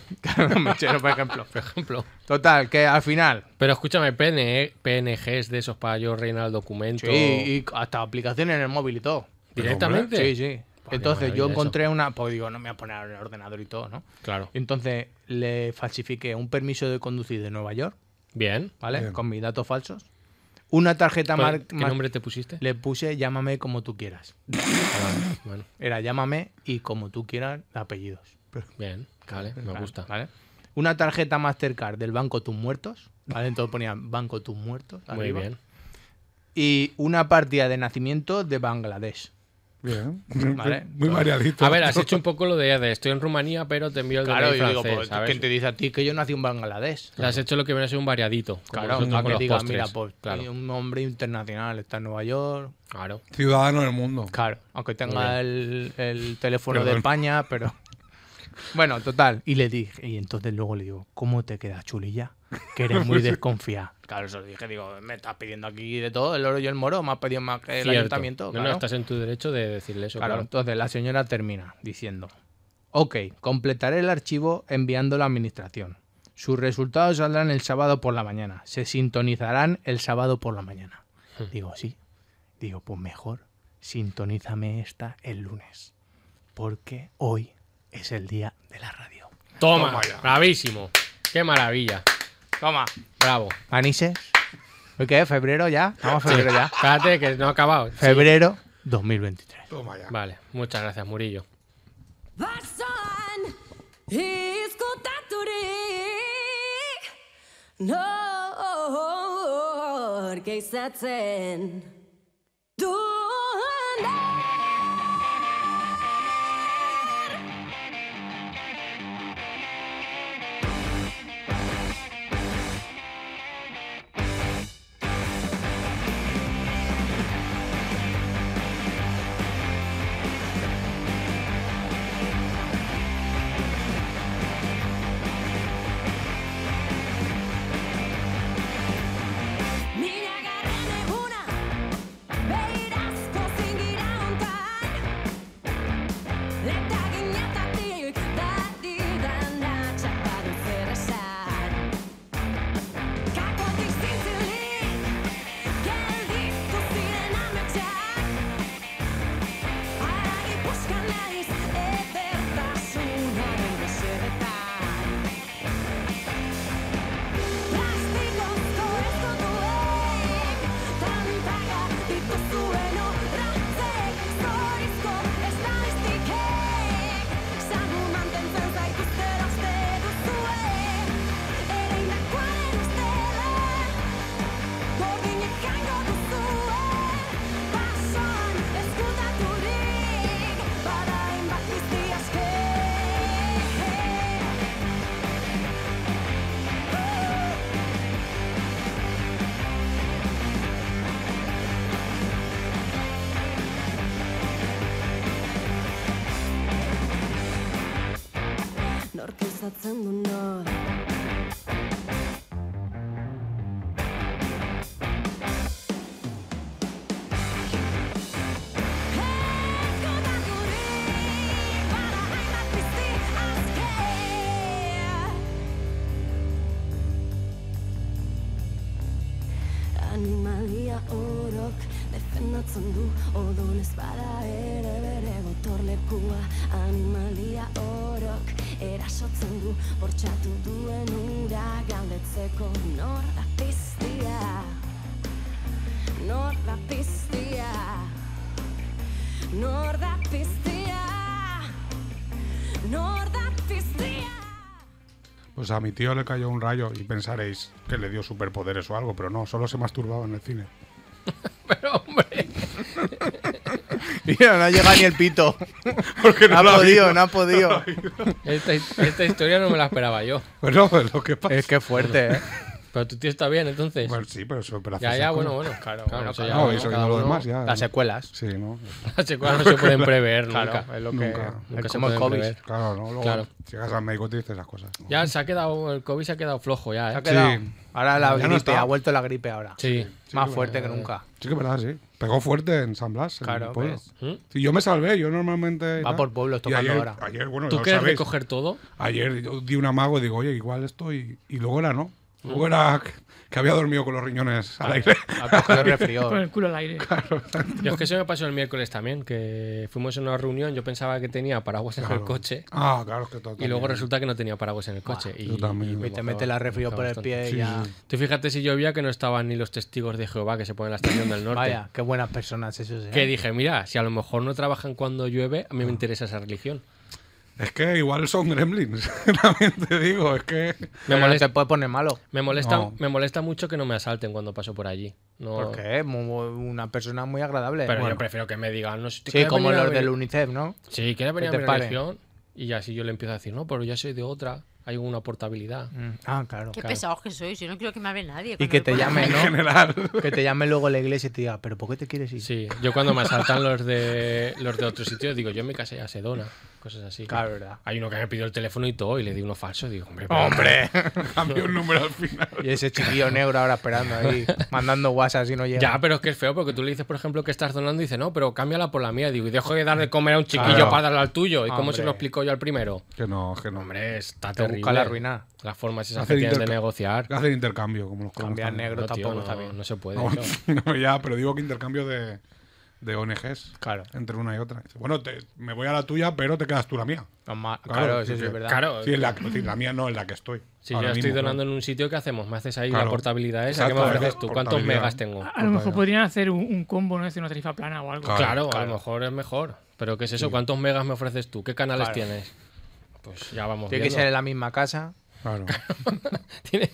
Speaker 4: Mechero, por ejemplo.
Speaker 3: por ejemplo.
Speaker 4: Total, que al final
Speaker 3: Pero escúchame, E, PNE, PNGs de esos para yo rellenar el documento.
Speaker 4: Sí, y hasta aplicaciones en el móvil y todo.
Speaker 3: ¿Directamente?
Speaker 4: Sí, sí.
Speaker 3: Pues qué
Speaker 4: Entonces yo
Speaker 3: maravilla
Speaker 4: encontré una, pues digo, no me voy a poner el ordenador y todo, ¿no?
Speaker 3: Claro.
Speaker 4: Entonces le falsifiqué un permiso de conducir de Nueva York,
Speaker 3: Bien. Pues,
Speaker 4: ¿vale?
Speaker 2: Bien.
Speaker 4: Con mis datos falsos. Una tarjeta mar-
Speaker 3: ¿Qué
Speaker 4: mar-
Speaker 3: nombre te pusiste?
Speaker 4: le puse llámame como tú quieras.
Speaker 3: Ah, bueno,
Speaker 4: Era llámame y como tú quieras apellidos.
Speaker 3: bien. Vale, me
Speaker 4: Vale,
Speaker 3: gusta.
Speaker 4: ¿Vale? Una tarjeta Mastercard del Banco Tus Muertos, ¿vale? Entonces ponía Banco Tus Muertos
Speaker 3: Muy
Speaker 4: arriba.
Speaker 3: bien.
Speaker 4: Y una partida de nacimiento de Bangladesh.
Speaker 2: Bien.
Speaker 4: Vale.
Speaker 2: Muy variadito.
Speaker 3: A ver, has hecho un poco lo de, de estoy en Rumanía, pero te envío el
Speaker 4: Claro,
Speaker 3: DNI
Speaker 4: y digo,
Speaker 3: francés,
Speaker 4: pues,
Speaker 3: ¿sabes?
Speaker 4: ¿quién te dice a ti que yo nací en Bangladesh?
Speaker 3: Le has hecho lo que viene a ser un variadito. como
Speaker 4: Claro,
Speaker 3: nosotros
Speaker 4: no
Speaker 3: con
Speaker 4: que
Speaker 3: los
Speaker 4: digas,
Speaker 3: postres.
Speaker 4: mira, pues
Speaker 3: Claro,
Speaker 4: soy un hombre internacional, está en Nueva York.
Speaker 3: claro.
Speaker 2: Ciudadano del mundo.
Speaker 4: Claro, aunque
Speaker 3: Muy
Speaker 4: tenga el, el teléfono de
Speaker 2: Perdón.
Speaker 4: España, pero. Bueno, total. Y le dije, y entonces luego le digo, ¿cómo te quedas, chulilla? Que eres muy desconfiada. Claro, eso le dije, digo, me estás pidiendo aquí de todo, el oro y el moro, me has pedido más que el
Speaker 3: Cierto.
Speaker 4: ayuntamiento.
Speaker 3: No,
Speaker 4: claro.
Speaker 3: no, estás en tu derecho de decirle eso,
Speaker 4: Claro,
Speaker 3: claro.
Speaker 4: entonces la señora termina diciendo, ok, completaré el archivo enviándolo a administración. Sus resultados saldrán el sábado por la mañana. Se sintonizarán el sábado por la mañana. Digo, sí. Digo, pues mejor, sintonízame esta el lunes. Porque hoy es el día de la radio.
Speaker 3: Toma, bravísimo. Qué maravilla.
Speaker 4: Toma.
Speaker 3: Bravo.
Speaker 4: Manises. ¿Hoy ¿Qué? ¿Febrero ya? Vamos, febrero ya.
Speaker 3: Espérate, que no ha acabado.
Speaker 4: Febrero 2023.
Speaker 2: Toma ya.
Speaker 3: Vale, muchas gracias, Murillo.
Speaker 7: Varsån, escuta turik Nor geizatzen duena Mila garren eguna Pentsatzen du nor Animalia orok defendatzen du Odol ez bada ere bere gotorlekua Animalia orok erasotzen du Bortxatu duen ura galdetzeko Nor da piztia Nor da piztia Nor da piztia Nor da piztia
Speaker 2: Pues a mi tío le cayó un rayo y pensaréis que le dio superpoderes o algo, pero no, solo se masturbaba en el cine.
Speaker 3: Pero, hombre,
Speaker 4: Mira, no ha llegado ni el pito.
Speaker 2: Porque
Speaker 4: No ha podido, no ha podido.
Speaker 3: esta, esta historia no me la esperaba yo.
Speaker 2: Bueno, pues lo que pasa.
Speaker 4: Es que fuerte, ¿eh?
Speaker 3: Pero tu tío está bien, entonces.
Speaker 2: Bueno, sí, pero su operación.
Speaker 3: ya, ya, bueno, bueno.
Speaker 4: Claro,
Speaker 3: bueno,
Speaker 4: eso
Speaker 3: claro.
Speaker 4: ya
Speaker 2: No,
Speaker 4: lo-
Speaker 2: eso ya
Speaker 3: cada
Speaker 2: lo
Speaker 3: uno-
Speaker 2: demás, ya.
Speaker 4: Las secuelas.
Speaker 2: Sí, ¿no?
Speaker 3: Las secuelas no se pueden prever
Speaker 4: Claro,
Speaker 3: nunca.
Speaker 4: es lo que.
Speaker 2: Nunca.
Speaker 3: Nunca
Speaker 4: es
Speaker 3: se
Speaker 4: como el
Speaker 3: pueden
Speaker 4: COVID.
Speaker 3: prever.
Speaker 2: Claro, ¿no? Luego
Speaker 3: Claro.
Speaker 2: llegas al médico y te dices esas cosas. ¿no?
Speaker 3: Ya se ha quedado, el COVID se ha quedado flojo ya,
Speaker 4: Se ha
Speaker 3: ¿eh?
Speaker 4: quedado.
Speaker 2: Sí.
Speaker 4: Ahora la
Speaker 2: Ya no
Speaker 4: gripe,
Speaker 2: está.
Speaker 4: ha vuelto la gripe ahora.
Speaker 3: Sí.
Speaker 4: Más fuerte que nunca.
Speaker 2: Sí, que es verdad, sí. Pegó fuerte en San Blas, en
Speaker 4: Claro,
Speaker 2: el pueblo.
Speaker 4: ves.
Speaker 3: ¿Mm?
Speaker 2: Sí, yo me salvé, yo normalmente.
Speaker 4: Va
Speaker 2: tal.
Speaker 4: por pueblos
Speaker 2: Y
Speaker 4: tocando
Speaker 2: ayer,
Speaker 4: ahora.
Speaker 2: Ayer, bueno,
Speaker 3: ¿Tú
Speaker 2: lo
Speaker 3: quieres
Speaker 2: sabéis,
Speaker 3: recoger todo?
Speaker 2: Ayer yo di un amago y digo, oye, igual esto. Y, y luego era, ¿no?
Speaker 3: ¿Mm?
Speaker 2: Luego era que- que había dormido con los riñones al aire.
Speaker 4: Ha cogido
Speaker 6: Con
Speaker 4: resfrió.
Speaker 6: el culo al aire.
Speaker 3: Yo es que eso me pasó el miércoles también, que fuimos a una reunión, yo pensaba que tenía paraguas en el coche
Speaker 2: Ah, claro, es que todo.
Speaker 3: y luego
Speaker 2: también.
Speaker 3: resulta que no tenía paraguas en el coche. y,
Speaker 2: yo también.
Speaker 4: Y te mete la resfrió por el pie
Speaker 2: Sí,
Speaker 4: y ya.
Speaker 2: sí, sí.
Speaker 3: Tú fíjate si llovía que no estaban ni los testigos de Jehová que se ponen en la estación del norte.
Speaker 4: Vaya, qué buenas personas esos. ¿eh? Ah.
Speaker 3: Que dije, mira, si a lo mejor no trabajan cuando llueve, a mí me interesa esa religión.
Speaker 2: Es que igual son gremlins, también te digo, es que...
Speaker 3: Me
Speaker 4: Pero no
Speaker 3: molesta,
Speaker 4: te puede poner malo.
Speaker 3: me, molesta,
Speaker 2: No.
Speaker 3: me molesta mucho que no me asalten cuando paso por allí. No,
Speaker 4: Porque es mu- mu- una persona muy agradable.
Speaker 3: Oh. Pero
Speaker 4: Bueno,
Speaker 3: yo prefiero que me digan, no sé, ¿te
Speaker 4: sí,
Speaker 3: quieres
Speaker 4: como
Speaker 3: venir a
Speaker 4: los
Speaker 3: ver-
Speaker 4: del UNICEF, ¿no?
Speaker 3: Sí, quieres venir a
Speaker 4: Que te
Speaker 3: mi
Speaker 4: paren.
Speaker 3: religión. Y ya si yo le empiezo a decir, no, pero ya soy de otra, hay una portabilidad.
Speaker 4: Mm, Ah, claro.
Speaker 5: Qué
Speaker 4: claro.
Speaker 5: pesados que sois, yo no quiero que me hable nadie.
Speaker 4: Y
Speaker 5: cuando
Speaker 4: que
Speaker 5: me
Speaker 4: te
Speaker 5: pongo-
Speaker 4: llame,
Speaker 2: En
Speaker 4: ¿no?
Speaker 2: general,
Speaker 4: Que te llame luego la iglesia y te diga, ¿pero por qué te quieres ir?
Speaker 3: Sí, yo cuando me asaltan los de los de otro sitio, digo, yo en mi casa ya se dona, cosas así.
Speaker 4: Claro, verdad.
Speaker 3: Hay uno que me pidió el teléfono y todo, y le di uno falso, digo, hombre, pero-
Speaker 4: ¡Hombre!
Speaker 2: cambió un número al final.
Speaker 4: Y ese chiquillo negro ahora esperando ahí, mandando WhatsApp si no llega.
Speaker 3: Ya, pero es que es feo porque tú le dices, por ejemplo, que estás donando y dice, no, pero cámbiala por la mía. Digo, y dejo de dar de comer a un chiquillo
Speaker 4: Claro.
Speaker 3: para darle al tuyo. ¿Y cómo se
Speaker 4: Hombre.
Speaker 3: lo explico yo al primero?
Speaker 2: Que no, que no.
Speaker 3: Hombre, está
Speaker 4: Te busca
Speaker 3: terrible.
Speaker 4: la ruina.
Speaker 3: Las formas esas que
Speaker 2: Hacer
Speaker 3: tienes de
Speaker 2: interca-
Speaker 3: negociar.
Speaker 2: Hacen intercambio, como los cromos
Speaker 4: Cambiar
Speaker 2: también.
Speaker 4: negro
Speaker 3: No, tío,
Speaker 4: tampoco
Speaker 3: no,
Speaker 4: está bien.
Speaker 3: no se puede.
Speaker 2: No,
Speaker 3: eso.
Speaker 2: no, ya, pero digo que intercambio de, de ONGs.
Speaker 4: Claro.
Speaker 2: Entre una y otra. Dice, Bueno, te- me voy a la tuya, pero te quedas tú la mía.
Speaker 4: No, ma- Claro,
Speaker 2: Claro,
Speaker 4: eso
Speaker 2: sí,
Speaker 4: sí
Speaker 2: sí.
Speaker 4: es verdad.
Speaker 3: Claro,
Speaker 2: Sí, en la, sí, la mía no, en la que estoy.
Speaker 3: si yo
Speaker 2: ahora
Speaker 3: estoy
Speaker 2: mismo,
Speaker 3: donando en un sitio, ¿qué hacemos? ¿Me haces ahí
Speaker 2: Claro.
Speaker 3: la portabilidad esa? ¿Qué me
Speaker 2: Exacto,
Speaker 3: ofreces
Speaker 2: la
Speaker 3: tú? ¿Cuántos
Speaker 2: portabilidad.
Speaker 3: megas tengo?
Speaker 6: A lo mejor podrían hacer un, un combo, ¿no? Hacer una tarifa plana o algo.
Speaker 3: Claro,
Speaker 2: Claro.
Speaker 3: a lo mejor es mejor. Pero ¿qué es eso? ¿Cuántos megas me ofreces tú? ¿Qué canales
Speaker 4: Claro.
Speaker 3: tienes? Pues ya vamos.
Speaker 4: Tiene que
Speaker 3: viendo.
Speaker 4: ser en la misma casa.
Speaker 2: Claro.
Speaker 3: Tiene-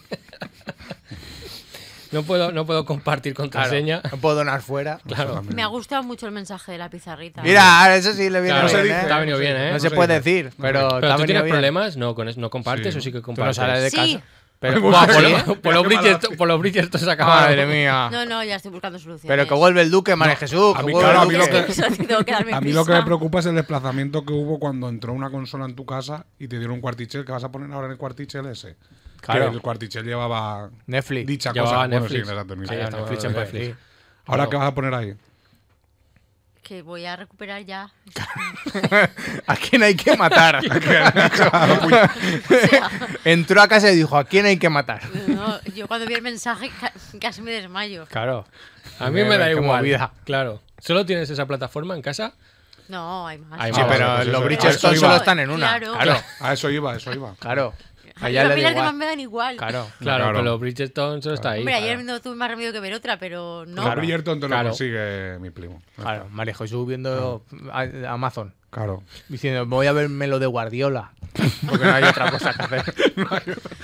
Speaker 3: no, puedo, no puedo compartir
Speaker 4: Claro,
Speaker 3: contraseña.
Speaker 4: No puedo donar fuera.
Speaker 3: Claro.
Speaker 5: Me ha gustado mucho el mensaje de la pizarrita.
Speaker 4: Mira, ahora eso sí le viene
Speaker 3: Claro,
Speaker 4: bien,
Speaker 2: se dice,
Speaker 4: ¿eh?
Speaker 3: te ha venido bien, ¿eh?
Speaker 4: No
Speaker 2: No
Speaker 4: se
Speaker 2: se
Speaker 4: puede
Speaker 2: dice.
Speaker 4: decir, pero te
Speaker 3: ¿Pero
Speaker 4: ha
Speaker 3: tú
Speaker 4: venido
Speaker 3: tienes
Speaker 4: bien.
Speaker 3: problemas? No, con es- no compartes
Speaker 2: Sí.
Speaker 3: o sí que
Speaker 4: Tú no
Speaker 3: compartes.
Speaker 4: sales de
Speaker 5: Sí.
Speaker 4: casa.
Speaker 2: Me
Speaker 4: Pero,
Speaker 2: gusta
Speaker 4: Buah, por,
Speaker 2: que-
Speaker 4: lo-
Speaker 3: Por, por los
Speaker 2: Qué mala
Speaker 3: Bridgerton- por los Bridgerton se acaba.
Speaker 4: Madre mía.
Speaker 5: No, no, ya estoy buscando soluciones.
Speaker 4: Ah. Pero que vuelve el duque, María Jesús.
Speaker 2: a
Speaker 4: que
Speaker 2: mí,
Speaker 4: vuelve
Speaker 2: claro,
Speaker 4: el
Speaker 2: a mí lo
Speaker 4: duque.
Speaker 2: que-
Speaker 5: Eso, tengo que darme
Speaker 2: A mí lo que
Speaker 5: prisa.
Speaker 2: me preocupa es el desplazamiento que hubo cuando entró una consola en tu casa y te dieron un cuartichel que vas a poner ahora en el cuartichel ese.
Speaker 4: Claro.
Speaker 2: Que el cuartichel llevaba
Speaker 4: Netflix.
Speaker 2: dicha
Speaker 3: Llevaba
Speaker 2: cosa. Bueno, sí,
Speaker 3: Netflix.
Speaker 2: exacto, mira.
Speaker 3: Sí,
Speaker 4: Claro,
Speaker 3: Netflix
Speaker 4: no,
Speaker 3: en
Speaker 4: no,
Speaker 3: Netflix.
Speaker 4: sí.
Speaker 2: Ahora qué vas a poner ahí.
Speaker 5: Que voy a recuperar ya.
Speaker 4: ¿A quién hay que matar? Entró a casa y dijo, ¿a quién hay que matar?
Speaker 5: No, yo cuando vi el mensaje ca- casi me desmayo.
Speaker 4: Claro.
Speaker 3: A mí me da
Speaker 4: Qué
Speaker 3: igual.
Speaker 4: movida.
Speaker 3: Claro. ¿Solo tienes esa plataforma en casa?
Speaker 5: No, hay más.
Speaker 3: Hay
Speaker 4: Sí,
Speaker 3: Ah,
Speaker 4: pero
Speaker 2: vale, pues
Speaker 4: los
Speaker 2: eso-
Speaker 4: Bridgerton
Speaker 2: eso iba.
Speaker 4: solo están en una.
Speaker 5: Claro.
Speaker 4: Claro,
Speaker 2: A eso iba, a eso iba.
Speaker 4: claro.
Speaker 5: A
Speaker 4: Allá le
Speaker 5: mí
Speaker 4: da
Speaker 5: las demás
Speaker 4: igual.
Speaker 5: me dan igual.
Speaker 4: Claro.
Speaker 3: Claro,
Speaker 2: Claro.
Speaker 3: pero los Bridgerton solo está ahí.
Speaker 5: Hombre, ayer no tuve más remedio que ver otra, pero no.
Speaker 2: Los Bridgerton te lo
Speaker 3: Claro.
Speaker 2: consigue mi primo.
Speaker 4: Claro, María Jesús viendo a- Amazon.
Speaker 2: Claro.
Speaker 4: Diciendo, voy a verme lo de Guardiola. Porque no hay otra cosa que hacer.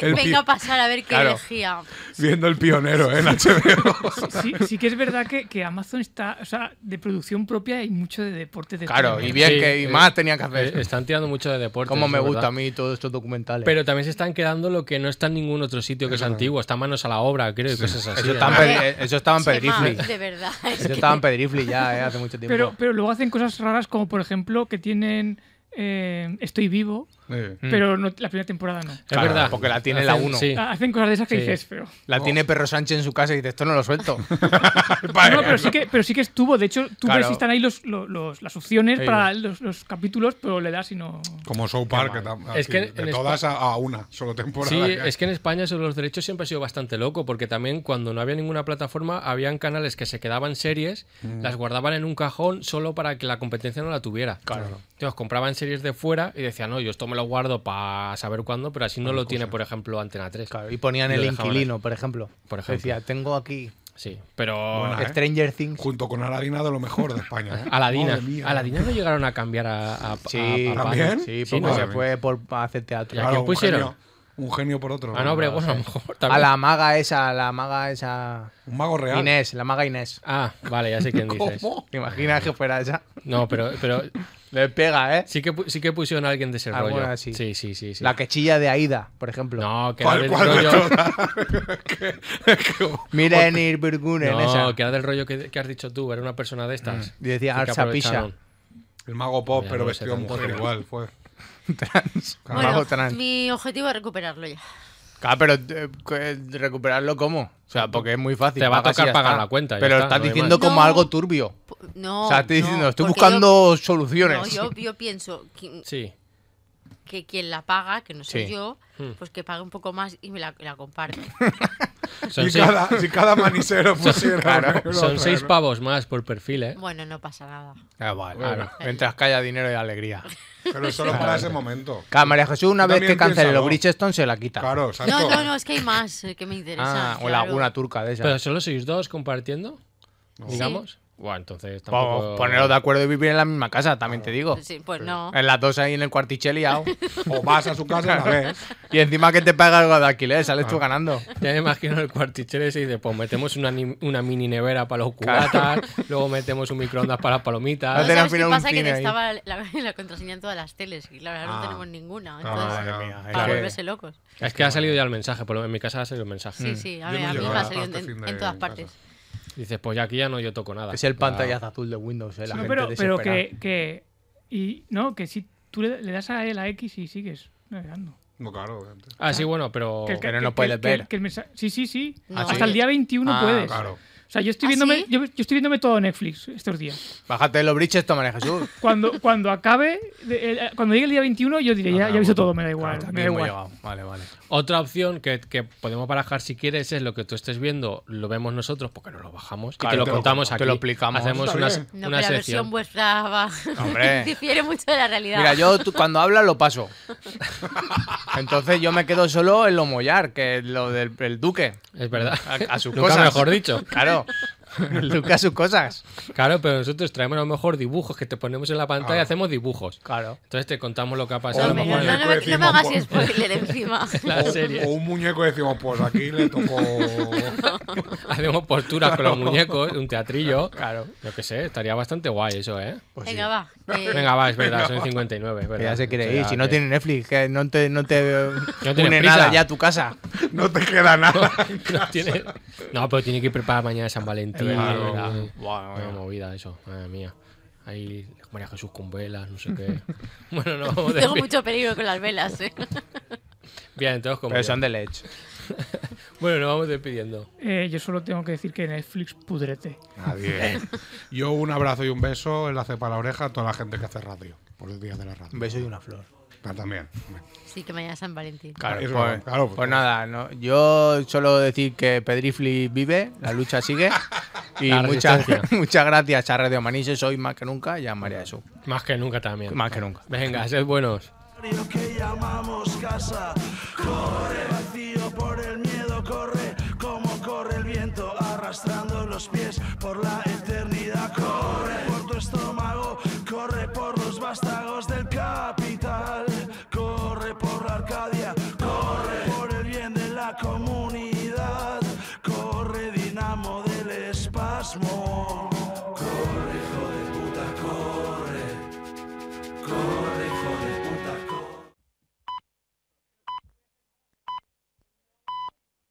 Speaker 2: El pi-
Speaker 5: Venga a pasar a ver qué
Speaker 4: Claro.
Speaker 5: elegía.
Speaker 2: viendo el pionero ¿eh? en HBO.
Speaker 6: Sí, sí que es verdad que, que Amazon está, o sea, de producción propia y mucho de deporte. De
Speaker 4: Claro,
Speaker 6: todo.
Speaker 4: y bien
Speaker 3: Sí,
Speaker 4: que y
Speaker 3: eh,
Speaker 4: más tenían que
Speaker 3: Eh,
Speaker 4: hacer.
Speaker 3: Están tirando mucho de deporte.
Speaker 4: Cómo me gusta a
Speaker 3: mí.
Speaker 4: mí todos estos documentales.
Speaker 3: Pero también se están quedando lo que no está en ningún otro sitio que es antiguo. Está manos a la obra, creo, y cosas así.
Speaker 4: eso,
Speaker 3: ¿eh?
Speaker 4: estaba en
Speaker 5: ¿no?
Speaker 4: Pe- eso estaba en
Speaker 5: Chema,
Speaker 4: Pedrifli.
Speaker 5: de verdad. es
Speaker 4: Eso
Speaker 5: que-
Speaker 4: estaba en Pedrifli ya, eh, hace mucho tiempo.
Speaker 6: Pero, pero luego hacen cosas raras como, por ejemplo, que tienen eh, Estoy vivo,
Speaker 2: Eh,
Speaker 4: Mm.
Speaker 6: pero no- la primera temporada no.
Speaker 3: Es verdad.
Speaker 4: Porque la tiene la
Speaker 3: Hacen-
Speaker 4: 1.
Speaker 3: sí.
Speaker 6: Ah, Hacen cosas de esas que
Speaker 3: Sí.
Speaker 6: dices, pero.
Speaker 4: La tiene Perro Sánchez en su casa y dice, esto no lo suelto.
Speaker 6: No, pero sí que, pero sí que estuvo. De hecho, tú
Speaker 4: Claro.
Speaker 6: ves si están ahí los, lo- los- las opciones
Speaker 4: Sí.
Speaker 6: para los, los capítulos, pero le das y no.
Speaker 2: como South Park, que tam-
Speaker 3: Es que
Speaker 2: así, de
Speaker 3: en
Speaker 2: todas a, a una, solo temporada.
Speaker 3: Sí,
Speaker 2: que hay.
Speaker 3: es que en España sobre los derechos siempre ha sido bastante loco, porque también cuando no había ninguna plataforma, habían canales que se quedaban series, las guardaban en un cajón solo para que la competencia no la tuviera. Claro. Entonces compraban series de fuera y decían, no, yo esto me lo guardo para saber cuándo, pero así no lo tiene, por ejemplo, Antena 3.
Speaker 4: Claro, y ponían
Speaker 3: Y lo
Speaker 4: el
Speaker 3: dejaban
Speaker 4: inquilino, por ejemplo.
Speaker 3: Por ejemplo.
Speaker 4: Decía, tengo aquí
Speaker 3: Sí, pero
Speaker 2: Buena, ¿eh?
Speaker 4: Stranger Things.
Speaker 2: Junto con Aladina de lo mejor de España. ¿eh?
Speaker 3: Aladina,
Speaker 2: Madre mía.
Speaker 3: Aladina no llegaron a cambiar a, a- a-
Speaker 4: Sí,
Speaker 3: a- a-
Speaker 2: ¿También?
Speaker 4: Sí,
Speaker 3: Ah, Sí, pues
Speaker 4: porque
Speaker 3: ¿no?
Speaker 4: se fue por a hacer teatro.
Speaker 3: ¿Y a quién
Speaker 2: un
Speaker 3: pusieron?
Speaker 2: genio- un genio por otro.
Speaker 3: Ah, no, Obregón, a lo mejor
Speaker 4: A
Speaker 3: también.
Speaker 4: la maga esa, a la maga esa.
Speaker 2: Un mago real.
Speaker 4: Inés, la maga Inés.
Speaker 3: Ah, vale, ya sé quién dices.
Speaker 2: ¿Cómo?
Speaker 4: ¿Te imaginas que fuera esa?
Speaker 3: No, pero, pero
Speaker 4: Le pega, ¿eh?
Speaker 3: sí, que, pu- sí que pusieron a alguien de ese
Speaker 4: Alguna
Speaker 3: rollo.
Speaker 4: así.
Speaker 3: Sí, sí, sí. sí.
Speaker 4: La que chilla de Aida, por ejemplo.
Speaker 3: No, que era
Speaker 2: ¿Cuál-
Speaker 3: del
Speaker 2: cuál de
Speaker 3: rollo.
Speaker 4: Miren Irburgunen,
Speaker 3: No,
Speaker 4: esa.
Speaker 3: que era del rollo que, que has dicho tú, era una persona de estas.
Speaker 4: Y decía
Speaker 3: que
Speaker 4: Arsa
Speaker 3: aprovecharon.
Speaker 2: El mago pop,
Speaker 3: Ya,
Speaker 2: pero
Speaker 3: no sé
Speaker 2: vestido de mujer
Speaker 3: tampoco.
Speaker 2: igual, fue. Claro.
Speaker 4: Mago
Speaker 5: Bueno,
Speaker 4: trans.
Speaker 5: mi objetivo es recuperarlo ya.
Speaker 4: Claro, pero eh, que- recuperarlo cómo? O sea, porque es muy fácil.
Speaker 3: Te va a
Speaker 4: pagas y
Speaker 3: tocar
Speaker 4: ya
Speaker 3: pagar
Speaker 4: está.
Speaker 3: la cuenta, ya
Speaker 4: Pero
Speaker 3: está,
Speaker 4: estás
Speaker 3: no hay
Speaker 4: diciendo
Speaker 5: más.
Speaker 4: como
Speaker 5: No.
Speaker 4: algo turbio.
Speaker 5: P- No,
Speaker 4: o sea, estoy
Speaker 5: no,
Speaker 4: diciendo, estoy
Speaker 5: porque
Speaker 4: buscando
Speaker 5: yo-
Speaker 4: soluciones.
Speaker 5: no, yo, yo pienso que,
Speaker 3: Sí.
Speaker 5: que quien la paga, que no soy
Speaker 4: Sí. Mm.
Speaker 5: yo, pues que pague un poco más y me la, la comparte.
Speaker 3: Son,
Speaker 2: Si
Speaker 3: seis,
Speaker 2: cada, si cada manisero pusiera. una-
Speaker 3: son
Speaker 2: una-
Speaker 3: seis pavos más por perfil, ¿eh?
Speaker 5: Bueno, no pasa nada.
Speaker 4: Ah, vale, claro. Mientras que haya dinero y alegría.
Speaker 2: Pero solo para ese momento.
Speaker 4: Claro, María Jesús, una
Speaker 2: Tú
Speaker 4: vez que
Speaker 2: también
Speaker 4: cancele los
Speaker 2: piénsalo.
Speaker 4: Bridgestone, se la quita.
Speaker 2: Claro, exacto.
Speaker 5: No, no, no, es que hay más eh, que me interesa.
Speaker 4: Ah, o la,
Speaker 5: claro.
Speaker 4: una turca de esas.
Speaker 3: Pero solo sois dos compartiendo, digamos. Buah, entonces
Speaker 4: Vamos,
Speaker 3: tampoco...
Speaker 4: Pues, poneros de acuerdo y vivir en la misma casa, también te digo.
Speaker 5: Sí, pues no.
Speaker 4: En las dos ahí en el cuartichel liado.
Speaker 2: O vas a su casa y la ves.
Speaker 4: y encima que te paga algo de alquiler, sales tú ganando.
Speaker 3: Ya me imagino el cuartichero ese y dice, pues metemos una, ni- una mini nevera para los cubatas, luego metemos un microondas para las
Speaker 5: No,
Speaker 3: palomitas.
Speaker 4: Hacen al
Speaker 5: ¿sabes
Speaker 4: final
Speaker 5: qué
Speaker 4: un
Speaker 5: pasa? Que
Speaker 4: cine ahí. Ah.
Speaker 5: estaba la, la contraseña en todas las teles y claro, ahora no tenemos ninguna. Entonces,
Speaker 2: Madre
Speaker 4: mía,
Speaker 5: para
Speaker 4: es que- Mm.
Speaker 5: volverse locos.
Speaker 3: Es que ha salido ya el mensaje, por lo menos en mi casa ha salido el mensaje.
Speaker 5: Sí, sí,
Speaker 2: Yo
Speaker 5: a, ver,
Speaker 2: no
Speaker 5: a mí me
Speaker 2: llego
Speaker 5: ha
Speaker 2: hasta
Speaker 5: salido
Speaker 2: este
Speaker 5: en,
Speaker 2: fin
Speaker 5: en
Speaker 2: de
Speaker 5: todas
Speaker 2: mi
Speaker 5: partes.
Speaker 3: Dices, pues ya aquí ya no yo toco nada.
Speaker 4: Es el
Speaker 3: Ya-
Speaker 4: pantallazo azul de Windows, eh, la
Speaker 6: No,
Speaker 4: gente
Speaker 6: pero, pero
Speaker 4: desesperada.
Speaker 6: que, que. Y no, que si tú le, le das a él a X y sigues navegando.
Speaker 2: No, claro, obviamente.
Speaker 3: Ah, sí, bueno, pero...
Speaker 6: Que- que-
Speaker 4: pero no
Speaker 6: que-
Speaker 4: puedes
Speaker 6: que-
Speaker 4: ver.
Speaker 6: que el mensaje- sí, sí, sí.
Speaker 5: No.
Speaker 6: Hasta
Speaker 5: ¿Ah, sí?
Speaker 6: el día 21
Speaker 4: Ah,
Speaker 6: puedes.
Speaker 2: Claro.
Speaker 6: O sea, yo estoy
Speaker 5: ¿Ah,
Speaker 6: viéndome,
Speaker 5: sí?
Speaker 6: yo, yo estoy viéndome todo Netflix estos días.
Speaker 4: Bájate los Bridgestone, María Jesús.
Speaker 6: Cuando, cuando acabe, de- eh, cuando llegue el día 21, yo diré,
Speaker 4: Ah,
Speaker 6: ya, ya he visto todo, me da igual.
Speaker 4: Hasta aquí
Speaker 6: me da
Speaker 4: hemos
Speaker 6: igual.
Speaker 4: llegado. Vale, vale.
Speaker 3: Otra opción que, que podemos barajar si quieres es lo que tú estés viendo, lo vemos nosotros porque nos lo bajamos y
Speaker 4: Claro,
Speaker 3: te lo
Speaker 4: te lo-
Speaker 3: contamos
Speaker 4: te
Speaker 3: aquí.
Speaker 4: lo explicamos.
Speaker 3: Hacemos
Speaker 2: Está
Speaker 3: una,
Speaker 2: bien.
Speaker 3: una
Speaker 5: No, pero la versión
Speaker 3: sección.
Speaker 5: vuestra va-
Speaker 4: Hombre.
Speaker 5: difiere mucho de la realidad.
Speaker 4: Mira, yo tú- cuando habla lo paso. Entonces yo me quedo solo en lo mollar, que es lo del el duque.
Speaker 3: Es verdad.
Speaker 4: A, a sus
Speaker 3: Nunca
Speaker 4: cosas.
Speaker 3: mejor dicho.
Speaker 4: Claro. El duque a sus cosas.
Speaker 3: Claro, pero nosotros traemos a lo mejor dibujos que te ponemos en la pantalla y hacemos dibujos.
Speaker 4: Claro.
Speaker 3: Entonces te contamos lo que ha
Speaker 5: No,
Speaker 3: pasado.
Speaker 2: Hombre,
Speaker 3: a lo
Speaker 5: no,
Speaker 3: mejor
Speaker 5: no,
Speaker 3: en
Speaker 5: no
Speaker 3: el-
Speaker 2: Hombre,
Speaker 5: me- no me hagas
Speaker 2: decimos,
Speaker 5: spoiler encima.
Speaker 3: la
Speaker 2: O,
Speaker 3: serie.
Speaker 2: o un muñeco decimos, pues aquí le tocó.
Speaker 3: Hacemos posturas con los muñecos, un teatrillo.
Speaker 4: Claro. Pues
Speaker 3: Yo qué sé, estaría bastante guay eso, ¿eh?
Speaker 5: Venga, va. que-
Speaker 3: Venga, va, es verdad, son 59. es
Speaker 4: Que
Speaker 3: verdad.
Speaker 4: ya se
Speaker 3: O
Speaker 4: quiere
Speaker 3: sea,
Speaker 4: ir. Si no
Speaker 3: que-
Speaker 4: tiene Netflix, que no te, no te
Speaker 3: No tiene
Speaker 4: une
Speaker 3: prisa.
Speaker 4: nada ya a tu casa.
Speaker 2: No te queda nada.
Speaker 3: no, tiene- no, pero tiene que ir preparada mañana San Valentín.
Speaker 4: Es verdad,
Speaker 3: es verdad.
Speaker 4: bueno, bueno.
Speaker 3: Una movida eso, madre mía. Ahí María Jesús con velas, no sé qué. bueno, no vamos de
Speaker 5: Tengo mucho peligro con las velas. ¿eh?
Speaker 3: Bien, entonces como
Speaker 4: Pero
Speaker 3: ya.
Speaker 4: son de leche.
Speaker 3: Bueno, nos vamos despidiendo.
Speaker 6: Eh, yo solo tengo que decir que Netflix pudrete.
Speaker 2: Nadie. Yo un abrazo y un beso en la cepa a la oreja a toda la gente que hace radio. Por los días de la
Speaker 4: Un
Speaker 2: radio.
Speaker 4: beso y una flor.
Speaker 2: Ah, También.
Speaker 5: Sí, que mañana es San Valentín.
Speaker 4: Claro,
Speaker 2: Eso,
Speaker 4: pues,
Speaker 2: claro,
Speaker 4: pues
Speaker 2: pues-
Speaker 4: nada, no, yo solo decir que Pedrifli vive, la lucha sigue. Y
Speaker 3: La
Speaker 4: muchas,
Speaker 3: resistencia.
Speaker 4: muchas gracias a Radio Manises hoy más que nunca y a María Jesús.
Speaker 3: Más que nunca también.
Speaker 4: Más que nunca.
Speaker 3: Venga, sed buenos.
Speaker 9: barrio que llamamos casa. Corre vacío por el miedo, corre como corre el viento, arrastrando los pies por la eternidad. Corre por tu estómago, corre por los vástagos del capital, corre por la Arcadia, corre por el bien de la comunidad, corre dinamo del espasmo.